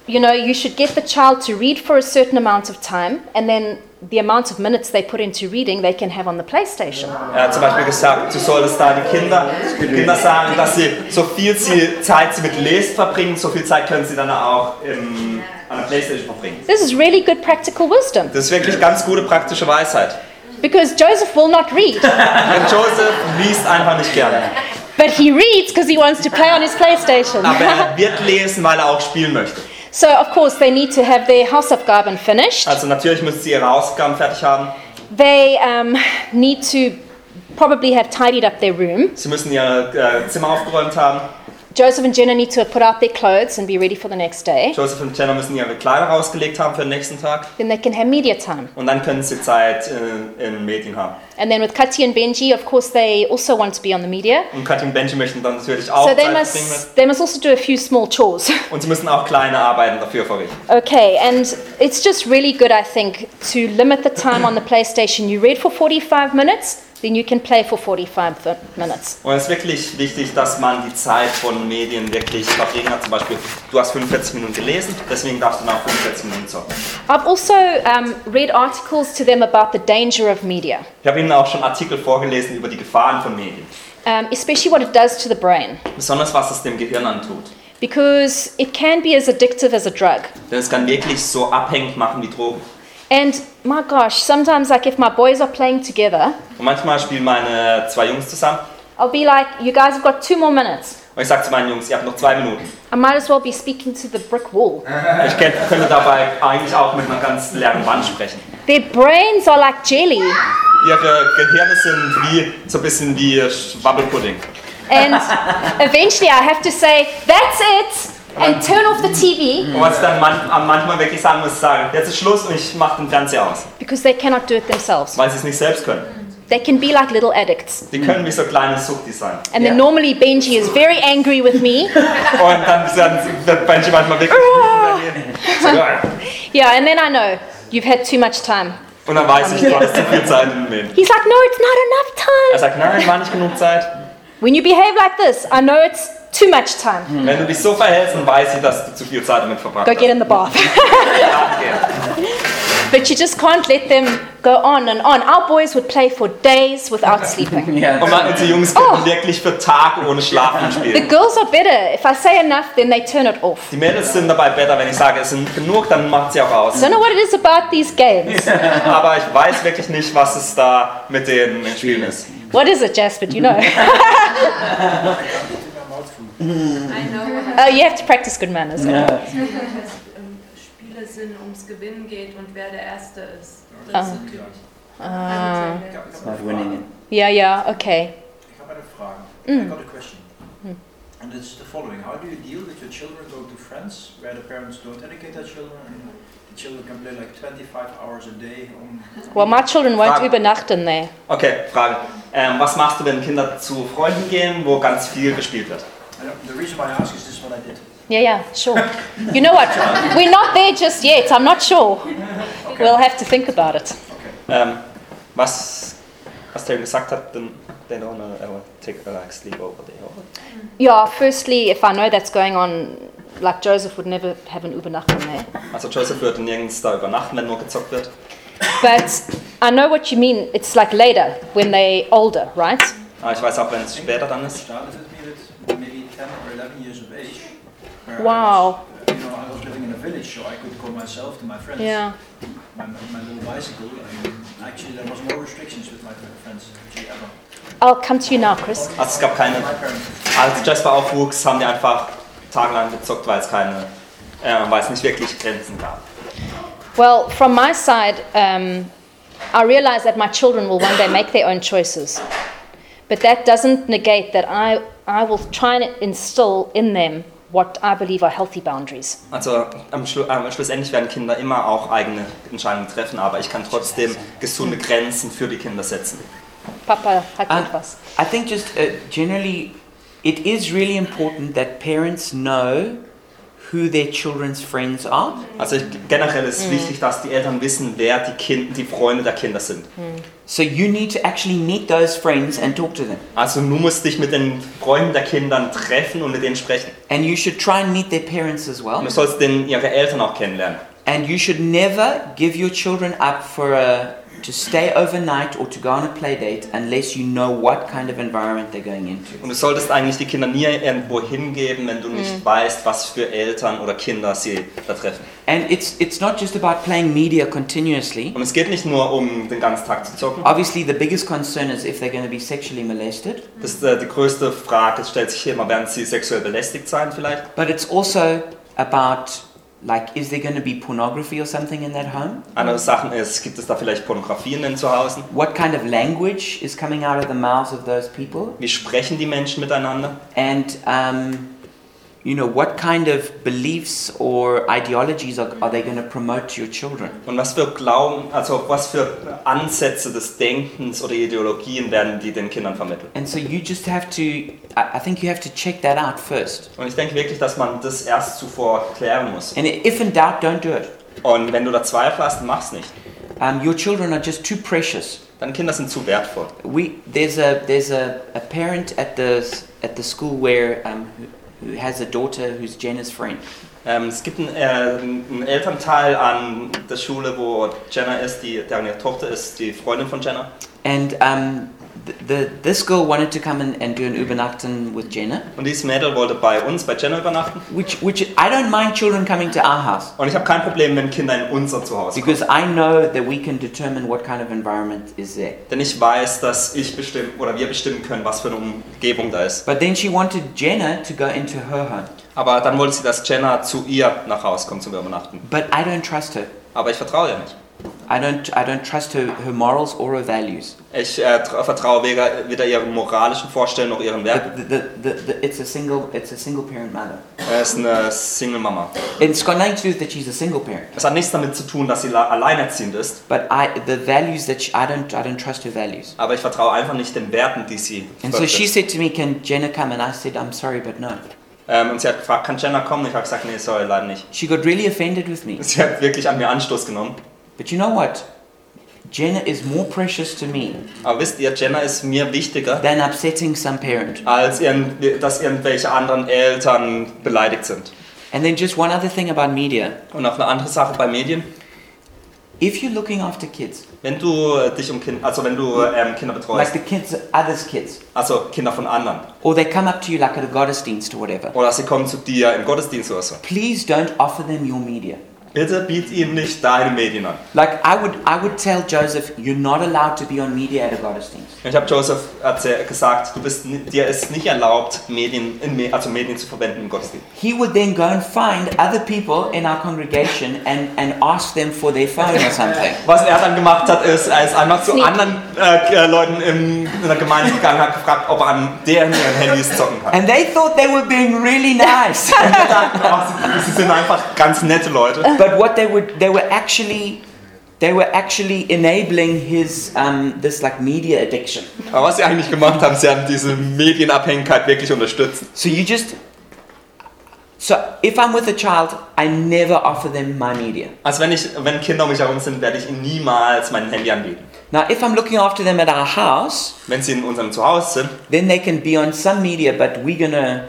C: you know, you should get the child to read for a certain amount of time, and then the amount of minutes they put into reading, they can have on the PlayStation.
B: Er hat zum Beispiel gesagt, du solltest da die Kinder, die Kinder sagen, dass sie so viel sie Zeit sie mit Lesen verbringen, so viel Zeit können sie dann auch im, an der Playstation verbringen.
C: This is really good practical wisdom
B: Das ist wirklich ganz gute praktische Weisheit.
C: because Joseph will not read,
B: Denn Joseph liest einfach nicht gerne.
C: but he reads because he wants to play on his PlayStation.
B: Aber er wird lesen, weil er auch spielen möchte.
C: So of course they need to have their Hausaufgaben finished.
B: Also natürlich müssen sie ihre Hausaufgaben fertig haben.
C: They um, need to probably have tidied up their room.
B: Sie müssen ihr äh, Zimmer aufgeräumt haben.
C: Joseph and Jenna need to put out their clothes and be ready for the next day.
B: Joseph und Jenna müssen ihre Kleider rausgelegt haben für den nächsten Tag.
C: Then they can have media time.
B: Und dann können sie Zeit äh, in Medien haben.
C: And then with Kati and Benji, of course, they also want to be on the media.
B: Und Katja und Benji möchten dann natürlich auch
C: so
B: Zeit
C: they
B: verbringen müssen.
C: must, they must also do a few small chores.
B: Und sie müssen auch kleine Arbeiten dafür verrichten.
C: okay, and it's just really good, I think, to limit the time on the PlayStation. You read for 45 minutes, then you can play for 45 th- minutes.
B: Und es ist wirklich wichtig, dass man die Zeit von Medien wirklich verbringen hat. Zum Beispiel, du hast 45 Minuten gelesen, deswegen darfst du nach 45 Minuten zocken.
C: I've also um, read articles to them about the danger of media,
B: Ich habe Ihnen auch schon Artikel vorgelesen über die Gefahren von Medien.
C: um, especially what it does to the brain,
B: Besonders was es dem Gehirn antut.
C: because it can be as addictive as a drug.
B: Denn es kann wirklich so abhängig machen wie Drogen.
C: And my gosh, sometimes, like if my boys are playing together,
B: Und manchmal spielen meine zwei Jungs zusammen
C: I'll be like, you guys have got two more minutes.
B: und ich sage zu meinen Jungs, ihr habt noch zwei Minuten.
C: I might as well be speaking to the brick wall.
B: Ich kenn- könnte dabei eigentlich auch mit einer ganz leeren Wand sprechen.
C: Their brains are like jelly.
B: Ihre Gehirne sind wie so ein bisschen wie Schwabbelpudding.
C: And eventually I have to say, that's it, and turn off the TV
B: Und was ich dann man, am- manchmal wirklich sagen muss, sagen, jetzt ist Schluss und ich mache den Fernseher aus,
C: because they cannot do it themselves.
B: weil sie es nicht selbst können.
C: They can be like little addicts.
B: Die können wie so kleine Suchtis sein.
C: And then normally Benji is very angry with me.
B: Und dann, dann wird Benji manchmal wirklich wütend bei mir. So, ja.
C: Yeah, and then I know you've had too much time.
B: Und dann weiß ich, du hattest zu viel Zeit in dem Leben.
C: He's like, no, it's not
B: Er
C: enough time.
B: sagt, nein, war nicht genug Zeit.
C: When you behave like this, I know it's too much time.
B: Wenn du dich so verhältst, dann weiß ich, dass du zu viel Zeit damit verbracht
C: Go
B: hast.
C: get in the bath.
B: Danke.
C: But you just can't let them go on and on. Our boys would play for days without sleeping.
B: Und
A: Yeah.
B: man, unsere Jungs
C: Oh.
B: können wirklich für Tage ohne Schlafen
C: The
B: spielen.
C: girls are better. If I say enough, then they turn it off.
B: Die Mädels sind dabei besser, wenn ich sage, es sind genug, dann macht sie auch aus.
C: Don't know what it is about these games.
B: Aber ich weiß wirklich nicht, was es da mit den Spielen ist.
C: What is it, Jasper? Do you know?
D: I know, what
C: Oh, you have to practice good manners.
A: Yeah.
D: heißt, ähm, Spiele sind, ums Gewinnen geht und wer der Erste ist. Das ist so typisch.
C: Ah.
D: Also,
E: It's
A: Not winning it.
C: Yeah, yeah, okay.
E: Ich habe eine Frage.
C: Mm.
E: I got a question. And it's the following. How do you deal with your children going to friends where the parents don't educate their children and the children can play like 25 hours a day on...
C: Well, my children won't
B: Fine.
C: übernachten there.
B: Okay, Frage. Ähm, was machst du, wenn Kinder zu Freunden gehen, wo ganz viel gespielt wird?
E: I don't- the reason why I ask is this is what I did.
C: Yeah, yeah, sure. You know what? We're not there just yet. I'm not sure. We'll have to think about it.
B: Ähm, was, was der gesagt hat, then they don't wanna ever take a like, sleepover day. or-
C: Yeah, firstly, if I know that's going on, like Joseph would never have an übernachten there.
B: Also Joseph würde nirgends da übernachten, wenn nur gezockt wird.
C: But I know what you mean. It's like later when they older, right?
B: Aber Ah, ich weiß auch, wenn es später dann ist.
E: started with me with maybe 10 or 11 years of age. where I
C: Wow.
E: was, uh, you know, I was living in a village, so I could go myself to my friends.
C: Yeah.
E: My, my, my little bicycle. And actually, there was no restrictions with my friends, actually, ever.
C: I'll come to you now, Chris.
B: Also es gab keine...
E: My parents.
B: Als Jasper aufwuchs, haben die einfach tagelang gezockt, weil es keine... Äh, weil es nicht wirklich Grenzen gab.
C: Well, from my side, um, I realize that my children will one day make their own choices. But that doesn't negate that I, I will try and instill in them what I believe are healthy boundaries.
B: Also am Schlu äh, schlussendlich werden Kinder immer auch eigene Entscheidungen treffen, aber ich kann trotzdem gesunde Grenzen für die Kinder setzen.
C: Papa hat
A: Ah.
C: etwas.
A: I think just uh, generally, it is really important that parents know who their children's friends are.
B: Also ich, generell ist wichtig, dass die Eltern wissen, wer die, kind die Freunde der Kinder sind.
A: So you need to actually meet those friends and talk to them.
B: Also du musst dich mit den Freunden der Kindern treffen und mit denen sprechen.
A: And you should try and meet their parents as
B: Und
A: well.
B: du sollst den, ihre Eltern auch kennenlernen.
A: And you should never give your children up for a, to stay overnight or to go on a play date unless you know what kind of environment they're going into.
B: Und du solltest eigentlich die Kinder nie irgendwo hingeben, wenn du nicht weißt, was für Eltern oder Kinder sie da treffen.
A: And it's, it's not just about playing media continuously.
B: Und es geht nicht nur um den ganzen Tag zu zocken.
A: Obviously, the biggest concern is if they're going to be sexually molested.
B: Das ist äh, die größte Frage, es stellt sich hier immer, werden sie sexuell belästigt sein vielleicht?
A: But it's also about like, is there going to be pornography or something in that home?
B: Andere Sachen ist, gibt es da vielleicht Pornografie in den Zuhause?
A: What kind of language is coming out of the mouths of those people?
B: Wie sprechen die Menschen miteinander?
A: And um, you know, what kind of beliefs or ideologies are, are they going to promote to your children?
B: Und was für Glauben, also auf was für Ansätze des Denkens oder Ideologien werden die den Kindern vermittelt?
A: And so you just have to, I, I think you have to check that out first.
B: Und ich denke wirklich, dass man das erst zuvor klären muss.
A: And if in doubt, don't do it.
B: Und wenn du da Zweifel hast, mach's nicht.
A: Um, your children are just too precious.
B: Deine Kinder sind zu wertvoll.
A: We, there's a, there's a, a parent at the, at the school where, um, who, who has a daughter who's Jenna's friend.
B: Ähm, es gibt einen, äh, einen Elternteil an der Schule, wo Jenna ist, die, deren ihre Tochter ist, die Freundin von Jenna.
A: And um, the, the, this girl wanted to come and, and do an Übernachten with Jenna,
B: Und dieses Mädel wollte bei uns, bei Jenna übernachten.
A: which, which I don't mind children coming to our house
B: Und ich habe kein Problem, wenn Kinder in unser Zuhause kommen.
A: because I know that we can determine what kind of environment is there.
B: Denn ich weiß, dass ich bestimmen oder wir bestimmen können, was für eine Umgebung da ist.
A: But then she wanted Jenna to go into her home.
B: Aber dann wollte sie, dass Jenna zu ihr nach Hause kommt zum Übernachten.
A: But I don't trust her.
B: Aber ich vertraue ihr nicht.
A: I don't, I don't trust her, her morals or her values.
B: Ich äh, tra- vertraue weder, weder ihren moralischen Vorstellungen noch ihren Werten.
A: The, the, the, the, it's a single it's a single parent mother.
B: Er ist eine Single-Mama.
A: It's got nothing to do with that she's a single parent.
B: Es hat nichts damit zu tun, dass sie la- alleinerziehend ist.
A: But I the values that she, I don't I don't trust her values.
B: Aber ich vertraue einfach nicht den Werten, die sie
A: And so she said
B: vertritt.
A: to me, "Can Jenna come?" And I said, "I'm sorry, but no."
B: ähm, Und sie hat gefragt, kann Jenna kommen? Ich habe gesagt, nee, sorry, leider nicht.
A: She got really offended with me.
B: Sie hat wirklich an mir Anstoß genommen.
A: But you know what? Jenna is more precious to me
B: Aber wisst ihr, Jenna ist mir wichtiger,
A: than upsetting some parent.
B: als ihren, dass irgendwelche anderen Eltern beleidigt sind.
A: And then just one other thing about media.
B: Und noch eine andere Sache bei Medien.
A: If you're looking after kids,
B: Wenn du äh, dich um Kinder, also wenn du ähm, Kinder
A: like
B: betreust,
A: the kids, others' kids,
B: also Kinder von anderen,
A: or they come up to you like at a Gottesdienst or whatever,
B: oder sie kommen zu dir im Gottesdienst oder so,
A: please don't offer them your media.
B: bitte biet ihnen nicht deine Medien an.
A: Like I would, I would tell Joseph, you're not allowed to be on media at a Gottesdienst.
B: Ich habe Joseph erzähl, gesagt, du bist, ni- dir ist nicht erlaubt, Medien, in, Me- also Medien zu verwenden im Gottesdienst.
A: He would then go and find other people in our congregation and, and ask them for their phone or something.
B: Was er dann gemacht hat, ist, er ist einfach zu
C: Sneaky.
B: anderen äh, äh, Leuten im, in der Gemeinde gegangen und hat gefragt, ob er an deren ihren Handys zocken kann.
A: And they thought they were being really nice.
B: Aber sie, sie sind einfach ganz nette Leute.
A: but what they would they were actually they were actually enabling his um, this like media addiction
B: Aber was sie eigentlich gemacht haben, sie haben diese Medienabhängigkeit wirklich unterstützt.
A: so you just so if i'm with a child i never offer them my media
B: Also wenn, ich, wenn Kinder um mich herum sind, werde ich ihnen niemals mein Handy anbieten.
A: now if i'm looking after them at our house
B: Wenn sie in unserem Zuhause sind,
A: then they can be on some media but we're gonna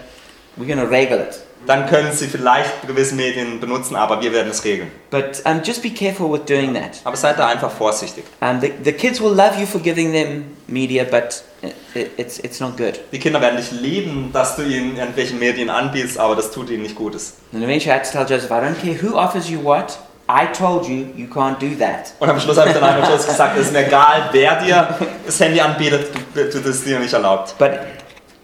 A: we're gonna regel it
B: dann können sie vielleicht gewisse Medien benutzen, aber wir werden es regeln.
A: but um, just be careful with doing that
B: Aber seid da einfach vorsichtig.
A: um, the, the kids will love you for giving them media but it, it's, it's not good
B: Die Kinder werden dich lieben, dass du ihnen irgendwelche Medien anbietest, aber das tut ihnen nicht Gutes.
A: and eventually i had to tell joseph i don't care who offers you what i told you you can't do that
B: Und am Schluss habe ich dann einfach bloß gesagt, es ist mir egal, wer dir das Handy anbietet, du, du das ist dir nicht erlaubt.
A: But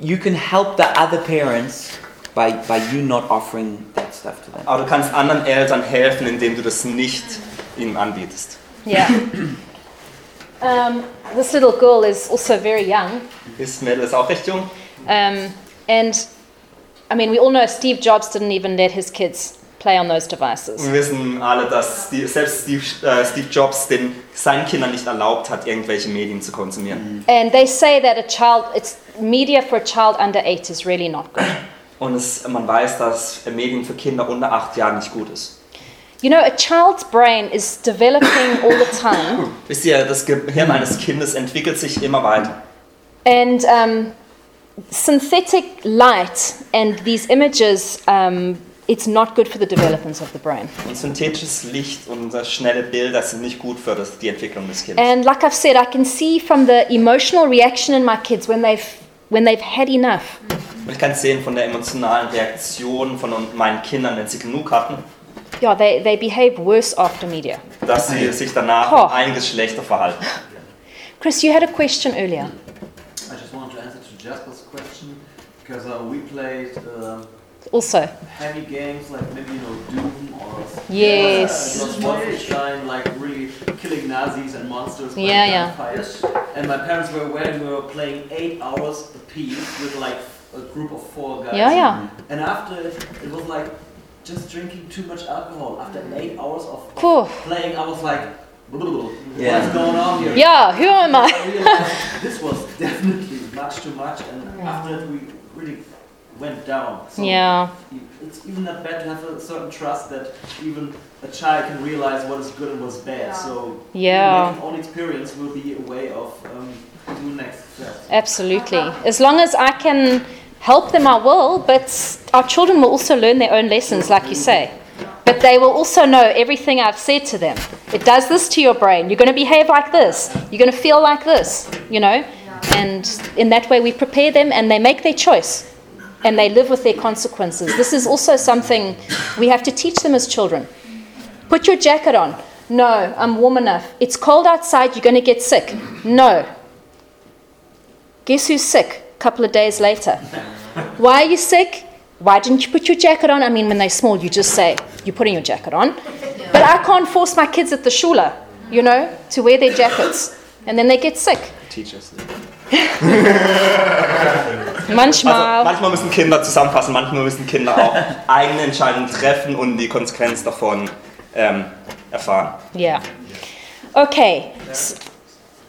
A: you can help the other parents by, by you not offering that stuff to them.
B: Aber du kannst anderen Eltern helfen, indem du das nicht ihnen anbietest.
C: Yeah. um, this little girl is also very young.
B: Dieses Mädel ist auch recht jung.
C: Um, and I mean, we all know Steve Jobs didn't even let his kids play on those devices.
B: Wir wissen alle, dass Steve, selbst Steve, äh, Steve Jobs den, seinen Kindern nicht erlaubt hat, irgendwelche Medien zu konsumieren.
C: And they say that a child, it's media for a child under eight is really not good.
B: Und es, man weiß, dass Medien für Kinder unter acht Jahren nicht gut ist.
C: You know, a child's brain is developing all the time.
B: Wisst ihr, das Gehirn eines Kindes entwickelt sich immer weiter.
C: And um, synthetic light and these images, um, it's not good for the developments of the brain.
B: Und synthetisches Licht und das schnelle Bilder sind nicht gut für das, die Entwicklung des Kindes.
C: And like I've said, I can see from the emotional reaction in my kids when they've when they've had enough.
B: Und ich kann es sehen von der emotionalen Reaktion von meinen Kindern, wenn sie genug hatten,
C: Yeah, they, they behave worse after media.
B: dass sie sich danach
C: Oh.
B: um einiges schlechter verhalten.
C: Chris, you had a question earlier.
F: I just want to answer to Jasper's question because uh, we played uh,
C: Also,
F: heavy games like maybe you know Doom or
C: Yes.
F: It was Wolfenstein, like really killing Nazis and monsters. by
C: Yeah, yeah.
F: gunfire. And my parents were aware we were playing eight hours apiece with like a group of four guys.
C: Yeah, Ah, yeah.
F: And after it, it was like just drinking too much alcohol. After eight hours of
C: Phew.
F: playing, I was like,
A: Yeah.
F: what's going on here?
C: Yeah, who am I?
F: I realized this was definitely much too much, and after it, we really went down. So
C: Yeah.
F: It's even not bad to have a certain trust that even a child can realize what is good and what's bad.
D: Yeah.
F: So
C: Yeah.
F: making own experience will be a way of um, doing next steps.
C: Absolutely. As long as I can help them, I will, but our children will also learn their own lessons, like you say. But they will also know everything I've said to them. It does this to your brain. You're going to behave like this. You're going to feel like this, you know? And in that way, we prepare them and they make their choice and they live with their consequences. This is also something we have to teach them as children. Put your jacket on. No, I'm warm enough. It's cold outside. You're going to get sick. No, Guess who's sick? A couple of days later. Why are you sick? Why didn't you put your jacket on? I mean, when they're small, you just say, you're putting your jacket on. But I can't force my kids at the shula, you know, to wear their jackets. And then they get sick.
B: Teach us. Also,
C: Manchmal.
B: manchmal müssen Kinder zusammenfassen, manchmal müssen Kinder auch eigene Entscheidungen treffen und die Konsequenz davon ähm, erfahren.
C: Yeah. Okay. S-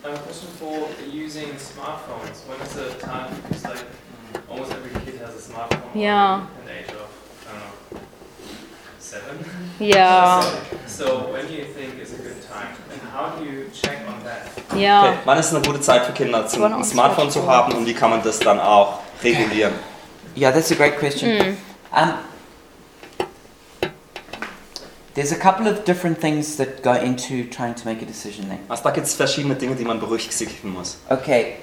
G: I have a question for using smartphones. When is the time? Because like almost every kid has a smartphone.
C: Yeah.
G: At the age of I don't know seven.
C: Yeah.
G: So when do you think is a good time, and how do you check on that?
B: Okay.
C: Yeah.
B: Wann ist eine gute Zeit für Kinder, zum, ein Smartphone zu haben und wie kann man das dann auch regulieren?
A: Yeah, that's a great question.
C: Mm. Hmm.
A: Um, there's a couple of different things that go into trying to make a decision there.
B: Also da gibt es verschiedene Dinge, die man berücksichtigen muss.
A: Okay.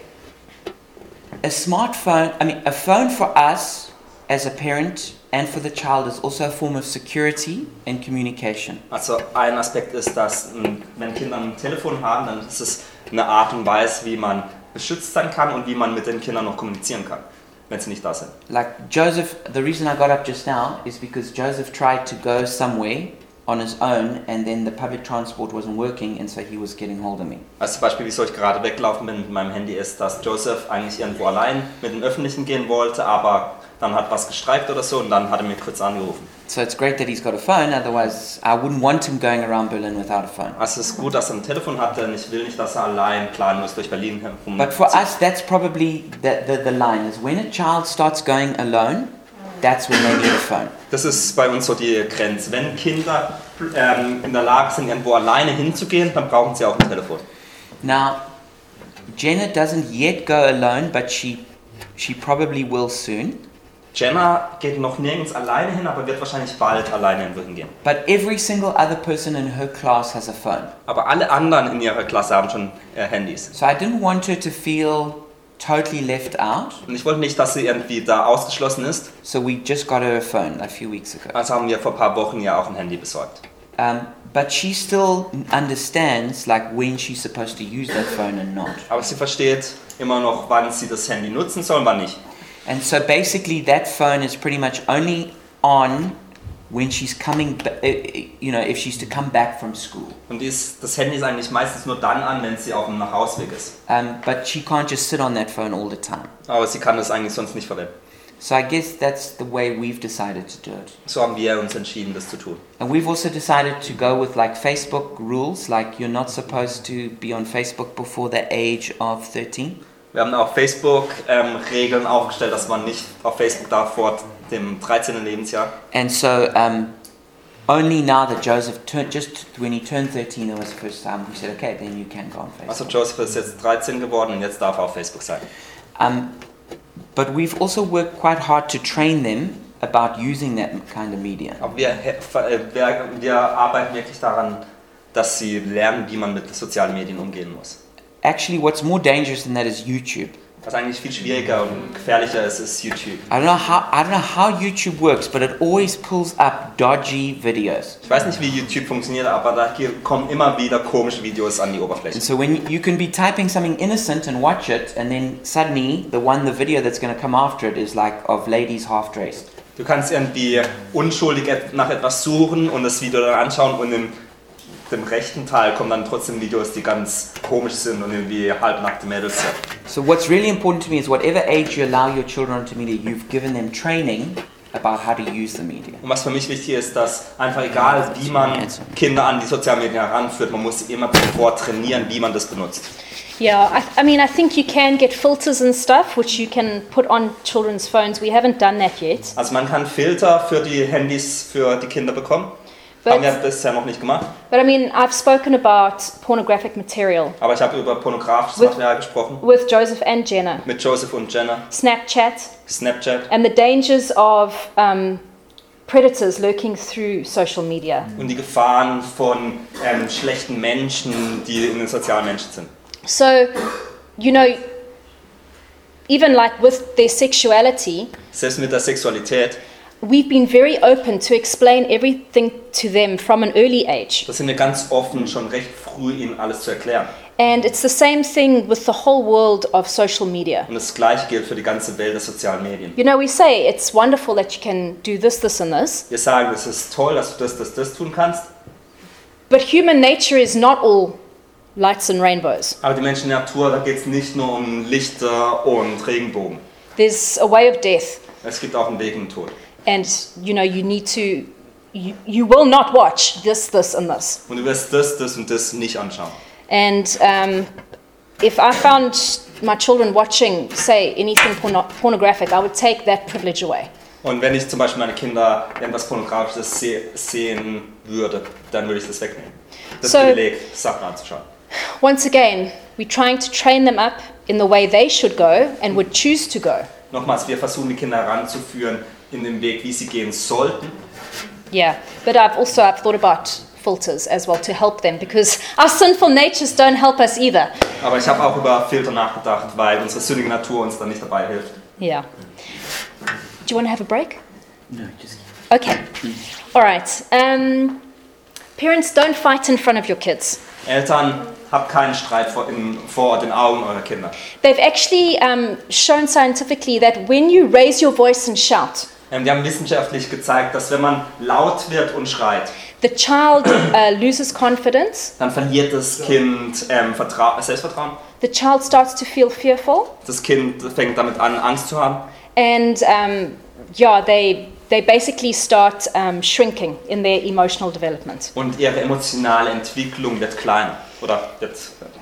A: A smartphone, I mean, a phone for us as a parent and for the child is also a form of security and communication.
B: Also ein Aspekt ist, dass m, wenn Kinder ein Telefon haben, dann ist es eine Art und Weise, wie man beschützt sein kann und wie man mit den Kindern noch kommunizieren kann, wenn sie nicht da sind.
A: Like Joseph, the reason I got up just now is because Joseph tried to go somewhere on his own and then the public transport wasn't working and so he was getting hold of me.
B: Also zum Beispiel, wieso ich gerade weglaufen bin mit meinem Handy, ist, dass Joseph eigentlich irgendwo allein mit dem Öffentlichen gehen wollte, aber dann hat was gestreikt oder so und dann hat er mir kurz angerufen.
A: So it's great that he's got a phone, otherwise, I wouldn't want him going around Berlin without a phone.
B: Also es ist gut, dass er ein Telefon hat, denn ich will nicht, dass er allein planlos durch Berlin herum.
A: But for us, that's probably the, the, the line is when a child starts going alone, that's when they need a phone.
B: Das ist bei uns so die Grenze. Wenn Kinder ähm, in der Lage sind, irgendwo alleine hinzugehen, dann brauchen sie auch ein Telefon.
A: Now, Jenna doesn't yet go alone, but she, she probably will soon.
B: Jenna geht noch nirgends alleine hin, aber wird wahrscheinlich bald alleine irgendwo hingehen.
A: But every single other person in her class has a phone.
B: Aber alle anderen in ihrer Klasse haben schon äh, Handys.
A: So I didn't want her to feel totally left out,
B: Und ich wollte nicht, dass sie irgendwie da ausgeschlossen ist,
A: so we just got her a phone a few weeks ago.
B: also haben wir vor ein paar Wochen ja auch ein Handy besorgt.
A: Um, but she still understands like when she's supposed to use that phone and not.
B: Aber sie versteht immer noch, wann sie das Handy nutzen soll und wann nicht.
A: And so basically, that phone is pretty much only on when she's coming, ba- eh, eh, you know, if she's to come back from school.
B: Und die ist, das Handy ist eigentlich meistens nur dann an, wenn sie auf dem Nachhausweg ist.
A: Um, but she can't just sit on that phone all the time.
B: Aber sie kann das eigentlich sonst nicht verwenden.
A: So I guess that's the way we've decided to do it.
B: So haben wir uns entschieden, das zu tun.
A: And we've also decided to go with like Facebook rules, like you're not supposed to be on Facebook before the age of 13.
B: Wir haben auch Facebook-Regeln aufgestellt, dass man nicht auf Facebook darf vor dem 13. Lebensjahr.
A: And so um, only now that Joseph turned, just when he turned 13, that was the first time we said, okay, then you can go on Facebook.
B: Also Joseph ist jetzt 13 geworden und jetzt darf er auf Facebook sein.
A: Um, but we've also worked quite hard to train them about using that m- kind of media.
B: Aber wir, äh, wir, wir arbeiten wirklich daran, dass sie lernen, wie man mit sozialen Medien umgehen muss.
A: Actually, what's more dangerous than that is YouTube.
B: Was eigentlich viel schwieriger und gefährlicher ist, ist YouTube.
A: I don't know how I don't know how YouTube works, but it always pulls up dodgy videos.
B: Ich weiß nicht, wie YouTube funktioniert, aber da hier kommen immer wieder komische Videos an die Oberfläche.
A: And so when you can be typing something innocent and watch it, and then suddenly the one the video that's going to come after it is like of ladies half dressed.
B: Du kannst irgendwie unschuldig et- nach etwas suchen und das Video dann anschauen und im dem rechten Teil kommen dann trotzdem Videos, die ganz komisch sind und irgendwie halbnackte Mädels sind.
A: So what's really important to me is whatever age you allow your children to media, you've given them training about how to use the media.
B: Und was für mich wichtig ist, dass einfach egal, wie man Kinder an die sozialen Medien heranführt, man muss sie immer zuvor trainieren, wie man das benutzt.
C: Yeah, I, I mean, I think you can get filters and stuff which you can put on children's phones. We haven't done that yet.
B: Also man kann Filter für die Handys für die Kinder bekommen. Haben wir
C: But,
B: bisher noch nicht gemacht,
C: but I mean, I've spoken about pornographic material
B: aber ich habe über pornografisches
C: With-
B: Material gesprochen.
C: with Joseph and Jenna,
B: Mit Joseph und Jenna,
C: Snapchat,
B: Snapchat.
C: and the dangers of um, predators lurking through social media.
B: Und die Gefahren von ähm, schlechten Menschen, die in den sozialen Menschen sind.
C: So, you know, even like with their sexuality,
B: Selbst mit der Sexualität,
C: we've been very open to explain everything to them from an early age.
B: da sind wir ganz offen, schon recht früh ihnen alles zu erklären.
C: And it's the same thing with the whole world of social media.
B: Und das gleiche gilt für die ganze Welt der sozialen Medien.
C: You know, we say it's wonderful that you can do this, this, and this,
B: Wir sagen, es ist toll, dass du das, das, das tun kannst,
C: but human nature is not all lights and rainbows.
B: aber die Menschen-Natur, da geht es nicht nur um Lichter und Regenbogen.
C: There's a way of death,
B: Es gibt auch einen Weg in den Tod.
C: and you know, you need to, you, you will not watch this, this, and this.
B: Und du wirst das, das und das nicht anschauen.
C: And um, if I found my children watching, say, anything porno- pornographic, I would take that privilege away.
B: Und wenn ich zum Beispiel meine Kinder irgendwas Pornografisches se sehen würde, dann würde ich das wegnehmen. Das
C: So-
B: Privileg, Sachen anzuschauen.
C: Once again, we're trying to train them up in the way they should go and would choose to go.
B: Nochmals, wir versuchen die Kinder heranzuführen in den Weg, wie sie gehen sollten.
C: Yeah, but I've also I've thought about filters as well to help them because our sinful natures don't help us either.
B: Aber ich habe auch über Filter nachgedacht, weil unsere sündige Natur uns dann nicht dabei hilft.
C: Yeah. Do you want to have a break?
F: No, just Mm.
C: Okay. All right. Um, parents, don't fight in front of your kids.
B: Eltern, habt keinen Streit vor, in, vor den Augen eurer Kinder.
C: They've actually um, shown scientifically that when you raise your voice and shout,
B: Ähm, die haben wissenschaftlich gezeigt, dass wenn man laut wird und schreit,
C: the child uh, loses confidence,
B: dann verliert das Kind ähm, Vertra Selbstvertrauen.
C: the child starts to feel fearful,
B: Das Kind fängt damit an, Angst zu haben.
C: and um, yeah, they, they basically start um, shrinking in their emotional development.
B: Und ihre emotionale Entwicklung wird kleiner oder wird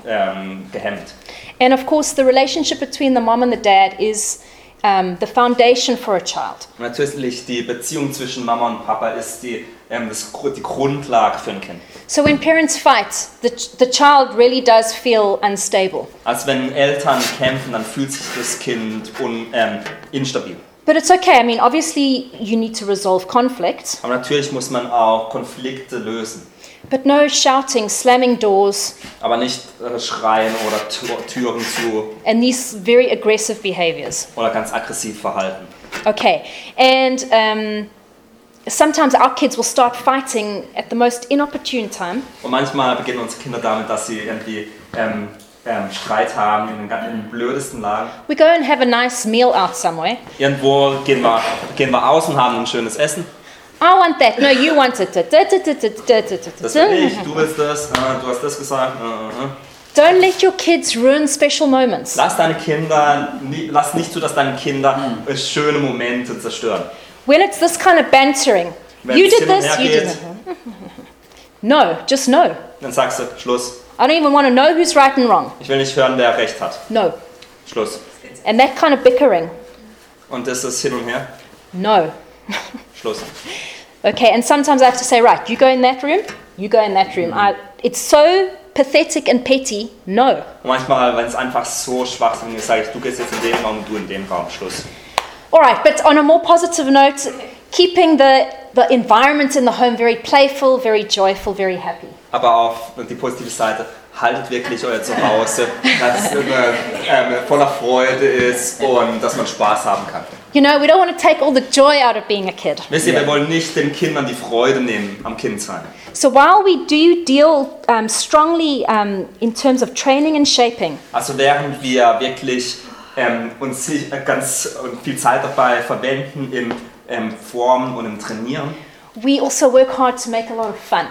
B: ähm, gehemmt.
C: And of course, the relationship between the mom and the dad is um, the foundation for a child.
B: Und natürlich die Beziehung zwischen Mama und Papa ist die, ähm, das, Gru- die Grundlage für ein Kind.
C: So when parents fight, the, ch- the child really does feel unstable.
B: Also wenn Eltern kämpfen, dann fühlt sich das Kind un, ähm, instabil.
C: But it's okay. I mean, obviously, you need to resolve conflict,
B: Aber natürlich muss man auch Konflikte lösen.
C: but no shouting, slamming doors,
B: Aber nicht äh, schreien oder Tür- Türen zu
C: and these very aggressive behaviors.
B: oder ganz aggressiv verhalten.
C: Okay. And um, sometimes our kids will start fighting at the most inopportune time.
B: Und manchmal beginnen unsere Kinder damit, dass sie irgendwie ähm, ähm, Streit haben in den, gan- in den blödesten Lagen.
C: We go and have a nice meal out somewhere.
B: Irgendwo gehen wir, gehen wir aus und haben ein schönes Essen.
C: I want that. No, you want it.
B: Das bin ich, du willst das, äh, du hast das gesagt. äh, äh, äh.
C: Don't let your kids ruin special moments.
B: Lass deine Kinder, nie- lass nicht zu, dass deine Kinder äh, schöne Momente zerstören.
C: When it's this kind of bantering,
B: Wenn
C: you
B: es
C: did
B: hin und
C: this,
B: her
C: you did
B: geht,
C: that. No, just no.
B: dann sagst du, Schluss,
C: I don't even want to know who's right and wrong.
B: ich will nicht hören, wer recht hat.
C: No.
B: Schluss.
C: And that kind of bickering,
B: Und das ist hin und her,
C: no.
B: Schluss.
C: Okay, and sometimes I have to say, right, you go in that room, you go in that room. I, it's so pathetic and petty, no.
B: Und manchmal, wenn es einfach so schwachsinnig ist, sage ich, du gehst jetzt in den Raum und du in den Raum, Schluss.
C: All right, but on a more positive note, keeping the, the environment in the home very playful, very joyful, very happy.
B: Aber auf die positive Seite, haltet wirklich euer Zuhause, dass es immer ähm, voller Freude ist und dass man Spaß haben kann.
C: You know, we don't want to take all the joy out of being a kid.
B: Wisst ihr, wir wollen nicht den Kindern die Freude nehmen am Kind sein.
C: So while we do deal um, strongly um, in terms of training and shaping,
B: Also während wir wirklich ähm, uns si- äh, ganz und viel Zeit dabei verwenden im ähm, Formen und im Trainieren,
C: we also work hard to make a lot of fun.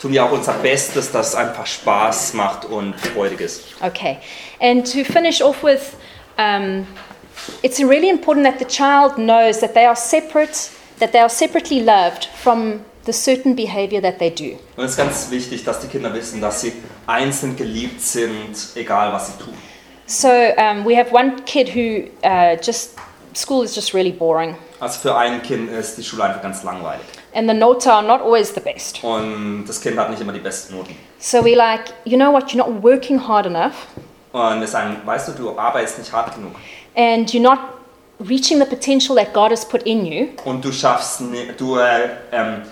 B: tun wir auch unser Bestes, dass es einfach Spaß macht und freudig ist.
C: Okay. And to finish off with, um, it's really important that the child knows that they are separate, that they are separately loved from the certain behavior that they do.
B: Und es ist ganz wichtig, dass die Kinder wissen, dass sie einzeln geliebt sind, egal was sie tun.
C: So um, we have one kid who uh, just, school is just really boring.
B: Also für ein Kind ist die Schule einfach ganz langweilig.
C: And the notes are not always the best.
B: Und das Kind hat nicht immer die besten Noten.
C: So we're like, you know what, you're not working hard enough
B: Und wir sagen, weißt du, du arbeitest nicht hart genug.
C: and you're not reaching the potential that God has put in you.
B: Und du schaffst, ni- du, äh, ähm,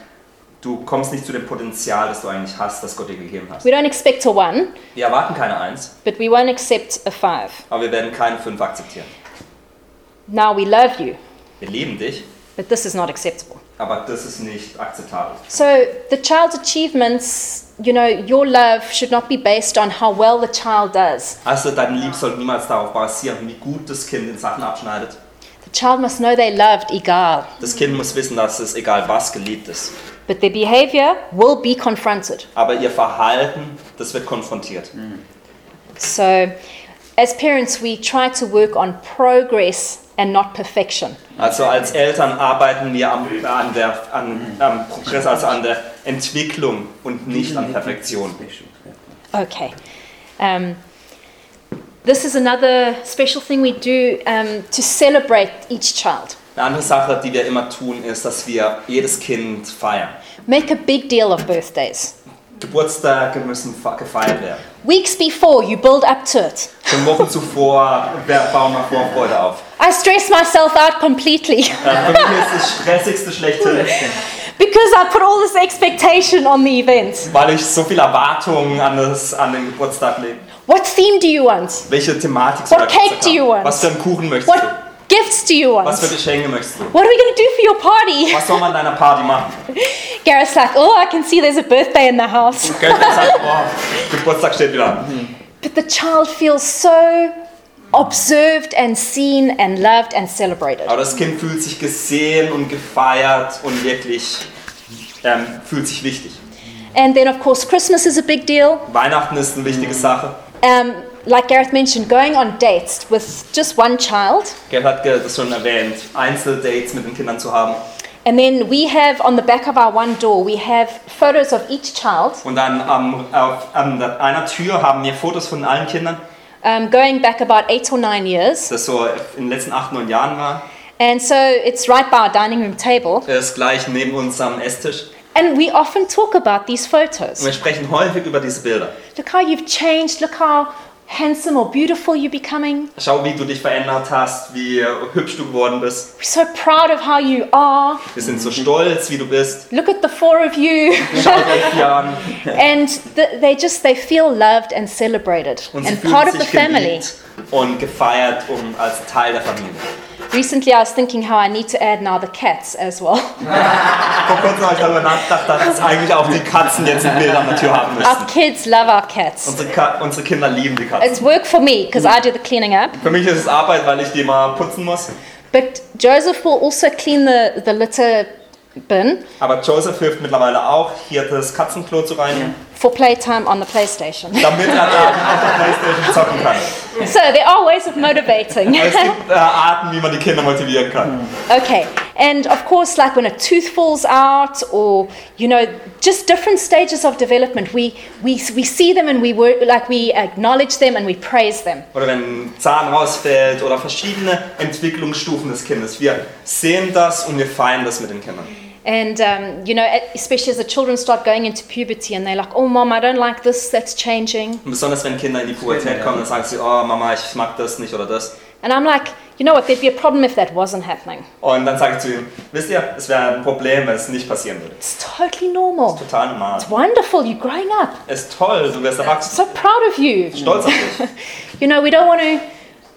B: du kommst nicht zu dem Potenzial, das du eigentlich hast, das Gott dir gegeben hat.
C: We don't expect a one,
B: Wir erwarten keine Eins,
C: but we won't accept a five.
B: aber wir werden keine Fünf akzeptieren.
C: Now we love you,
B: Wir lieben dich,
C: but this is not acceptable.
B: aber das ist nicht akzeptabel.
C: So the child's achievements, you know, your love should not be based on how well the child does.
B: Also dein Lieb soll niemals darauf basieren, wie gut das Kind in Sachen abschneidet.
C: The child must know they loved egal,
B: Das Kind muss wissen, dass es egal was geliebt ist.
C: but their behavior will be confronted.
B: Aber ihr Verhalten, das wird konfrontiert.
C: So as parents, we try to work on progress and not perfection.
B: Also als Eltern arbeiten wir am, an der, an, am Progress, also an der Entwicklung und nicht an Perfektion.
F: Special. yeah.
C: Okay. Um, this is another special thing we do um, to celebrate each child.
B: Eine andere Sache, die wir immer tun, ist, dass wir jedes Kind feiern.
C: Make a big deal of birthdays.
B: Geburtstage müssen fe- gefeiert werden.
C: Weeks before, you build up to it.
B: Schon Wochen zuvor wer- bauen wir Vorfreude auf.
C: I stress myself out completely.
B: Äh, Für mich ist das stressigste schlechte,
C: Because I put all this expectation on the event.
B: weil ich so viel Erwartungen an, das, an den Geburtstag lege.
C: What theme do you want?
B: Welche Thematik soll
C: What
B: der
C: cake
B: Geburtstag
C: do you
B: haben?
C: want?
B: Was für einen Kuchen möchtest du?
C: What gifts do you want?
B: Was für Geschenke möchtest du?
C: What are we going to do for your party?
B: Was soll man an deiner Party machen?
C: Gareth's like, oh, I can see there's a birthday in the house.
B: Geld sagt, halt, boah, Geburtstag steht wieder an.
C: But the child feels so observed and seen and loved and celebrated.
B: Aber das Kind fühlt sich gesehen und gefeiert und wirklich ähm, fühlt sich wichtig.
C: And then, of course, Christmas is a big deal.
B: Weihnachten ist eine wichtige Sache.
C: Um, like Gareth mentioned, going on dates with just one child.
B: Gerd hat ge- das schon erwähnt, Einzeldates mit den Kindern zu haben.
C: And then we have on the back of our one door, we have photos of each child
B: Und dann am, auf, an der- einer Tür haben wir Fotos von allen Kindern,
C: um, going back about eight or nine years.
B: das so in den letzten acht, neun Jahren war.
C: And so it's right by our dining room table.
B: Er ist gleich neben uns am Esstisch.
C: And we often talk about these
B: Und wir
C: photos.
B: sprechen häufig über diese Bilder.
C: Look how you've changed. Look how handsome or beautiful you're becoming.
B: Schau, wie du dich verändert hast, wie hübsch du geworden bist.
C: We're so proud of how you are.
B: Wir sind so stolz, wie du bist.
C: Look at the four of you.
B: Schau dir die an.
C: and th- they just, they feel loved and celebrated
B: Und sie
C: and
B: fühlen
C: part of the
B: sich
C: family.
B: geliebt und gefeiert und als Teil der Familie.
C: Recently, I was thinking how I need to add now the cats as well.
B: Vor kurzem habe ich darüber nachgedacht, dass es eigentlich auch die Katzen jetzt ein Bild an der Tür haben müssen.
C: Our kids love our cats.
B: Unsere, Ka unsere Kinder lieben die Katzen.
C: It's work for me because I do the cleaning up.
B: Für mich ist es Arbeit, weil ich die mal putzen muss.
C: But Joseph will also clean the, the litter bin
B: Aber Joseph hilft mittlerweile auch, hier das Katzenklo zu reinigen,
C: for playtime on the PlayStation.
B: damit er da auf der Playstation zocken kann.
C: So there are ways of motivating.
B: Es gibt äh, Arten, wie man die Kinder motivieren kann.
C: Hm. okay, and of course, like when a tooth falls out, or you know, just different stages of development, we we, we see them and we work, like we acknowledge them and we praise them.
B: Oder wenn ein Zahn rausfällt oder verschiedene Entwicklungsstufen des Kindes. Wir sehen das und wir feiern das mit den Kindern.
C: And um, you know, especially as the children start going into puberty and they're like, "Oh, mom, I don't like this. That's changing."
B: Und besonders wenn Kinder in die Pubertät kommen, dann sagen sie, oh Mama, ich mag das nicht oder das.
C: And I'm like, you know what? There'd be a problem if that wasn't happening.
B: Und dann sage ich zu ihnen, wisst ihr, es wäre ein Problem, wenn es nicht passieren würde.
C: It's totally normal.
B: Total normal.
C: It's wonderful. You're growing up.
B: Es ist toll, du wirst erwachsen.
C: So proud of you.
B: Stolz auf dich.
C: You know, we don't want to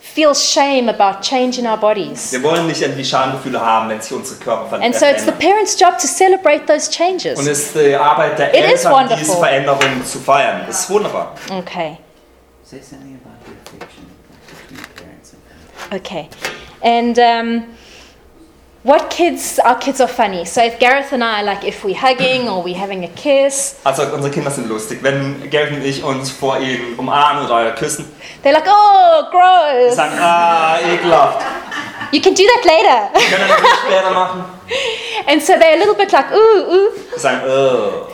C: feel shame about change in our bodies.
B: Wir wollen nicht irgendwie Schamgefühle haben, wenn sich unsere Körper ver-
C: And so it's the
B: verändern.
C: parents' job to celebrate those
B: Und
C: changes.
B: es ist die Arbeit der
C: It is
B: Eltern,
C: wonderful.
B: diese Veränderung zu feiern. Das ist wunderbar.
C: Okay,
F: Say something about the affection between parents and
C: okay. And um, what kids, our kids are funny. So if Gareth and I, like, if we're hugging or we're having a kiss,
B: Also unsere Kinder sind lustig. Wenn Gavin und ich uns vor ihnen umarmen oder küssen,
C: they're like, oh,
B: die
C: gross.
B: sagen, ah, ekelhaft.
C: You can do that later.
B: Können wir das nicht später machen?
C: and so they're a little bit like, ooh, ooh,
B: Die sagen, oh.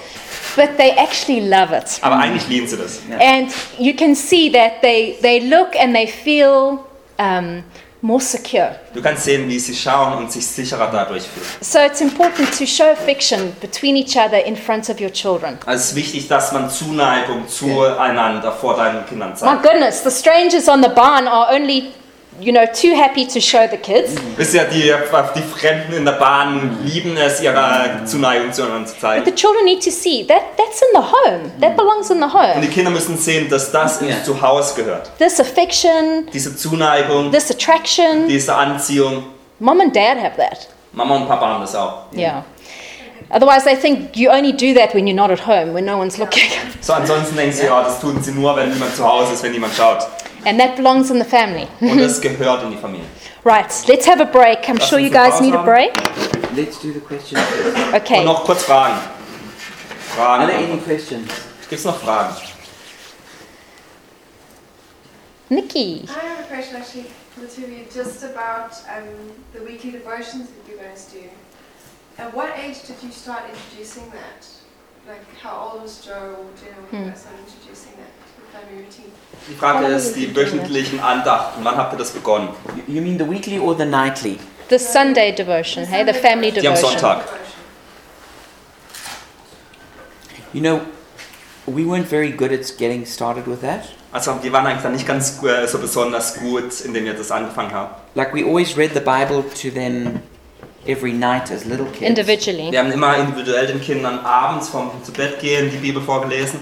C: but they actually love it.
B: Aber eigentlich lieben sie das.
C: And you can see that they, they look and they feel um, more secure.
B: Du kannst sehen, wie sie schauen und sich sicherer dadurch fühlen.
C: So it's important to show affection between each other in front of your children.
B: Also es ist wichtig, dass man Zuneigung zueinander vor deinen Kindern
C: My
B: zeigt.
C: goodness, the strangers on the barn are only, you know, too happy to show the kids.
B: Wisst ihr, die, die Fremden in der Bahn lieben es, ihre Zuneigung zueinander zu
C: But the
B: zeigen.
C: children need to see that that's in the home. That belongs in the
B: Und die
C: home.
B: Kinder müssen sehen, dass das ins Zuhause gehört.
C: This affection,
B: Diese Zuneigung,
C: this attraction,
B: diese Anziehung.
C: mom and dad have that.
B: Mama und Papa haben das auch.
C: Yeah. Otherwise, they think you only do that when you're not at home, when no one's looking.
B: So, ansonsten denken sie, ja, das tun sie nur, wenn niemand zu Hause ist, wenn niemand schaut.
C: And that belongs in the family.
B: Und das gehört in die Familie.
C: Right, let's have a break. I'm
B: Lass
C: sure
B: uns
C: you
B: eine
C: guys
B: Pause
C: need a
B: haben.
C: break.
F: Let's do the question.
B: Und
C: Okay.
B: noch kurz Fragen.
F: Are
B: Fragen.
F: there any questions?
B: Gibt's noch Fragen?
C: Nikki.
H: I have a question actually for the two of you, just about um, the weekly devotions that you guys do. At what age did you start introducing that? Like, how old was Joe or Jen
C: Hmm.
H: when you guys started introducing that to the family routine?
B: Die Frage ist die wöchentlichen Andachten. Wann habt ihr das begonnen?
A: You- You mean the weekly or the nightly?
C: The Sunday devotion, hey, the family
B: Die am
C: devotion.
B: Sonntag.
A: You know, we weren't very good at getting started with that.
B: Also wir waren eigentlich dann nicht ganz äh, so besonders gut, indem wir das angefangen haben.
A: Like we always read the Bible to them every night as little kids.
C: Individually.
B: Wir haben immer individuell den Kindern abends vorm zu Bett gehen die Bibel vorgelesen.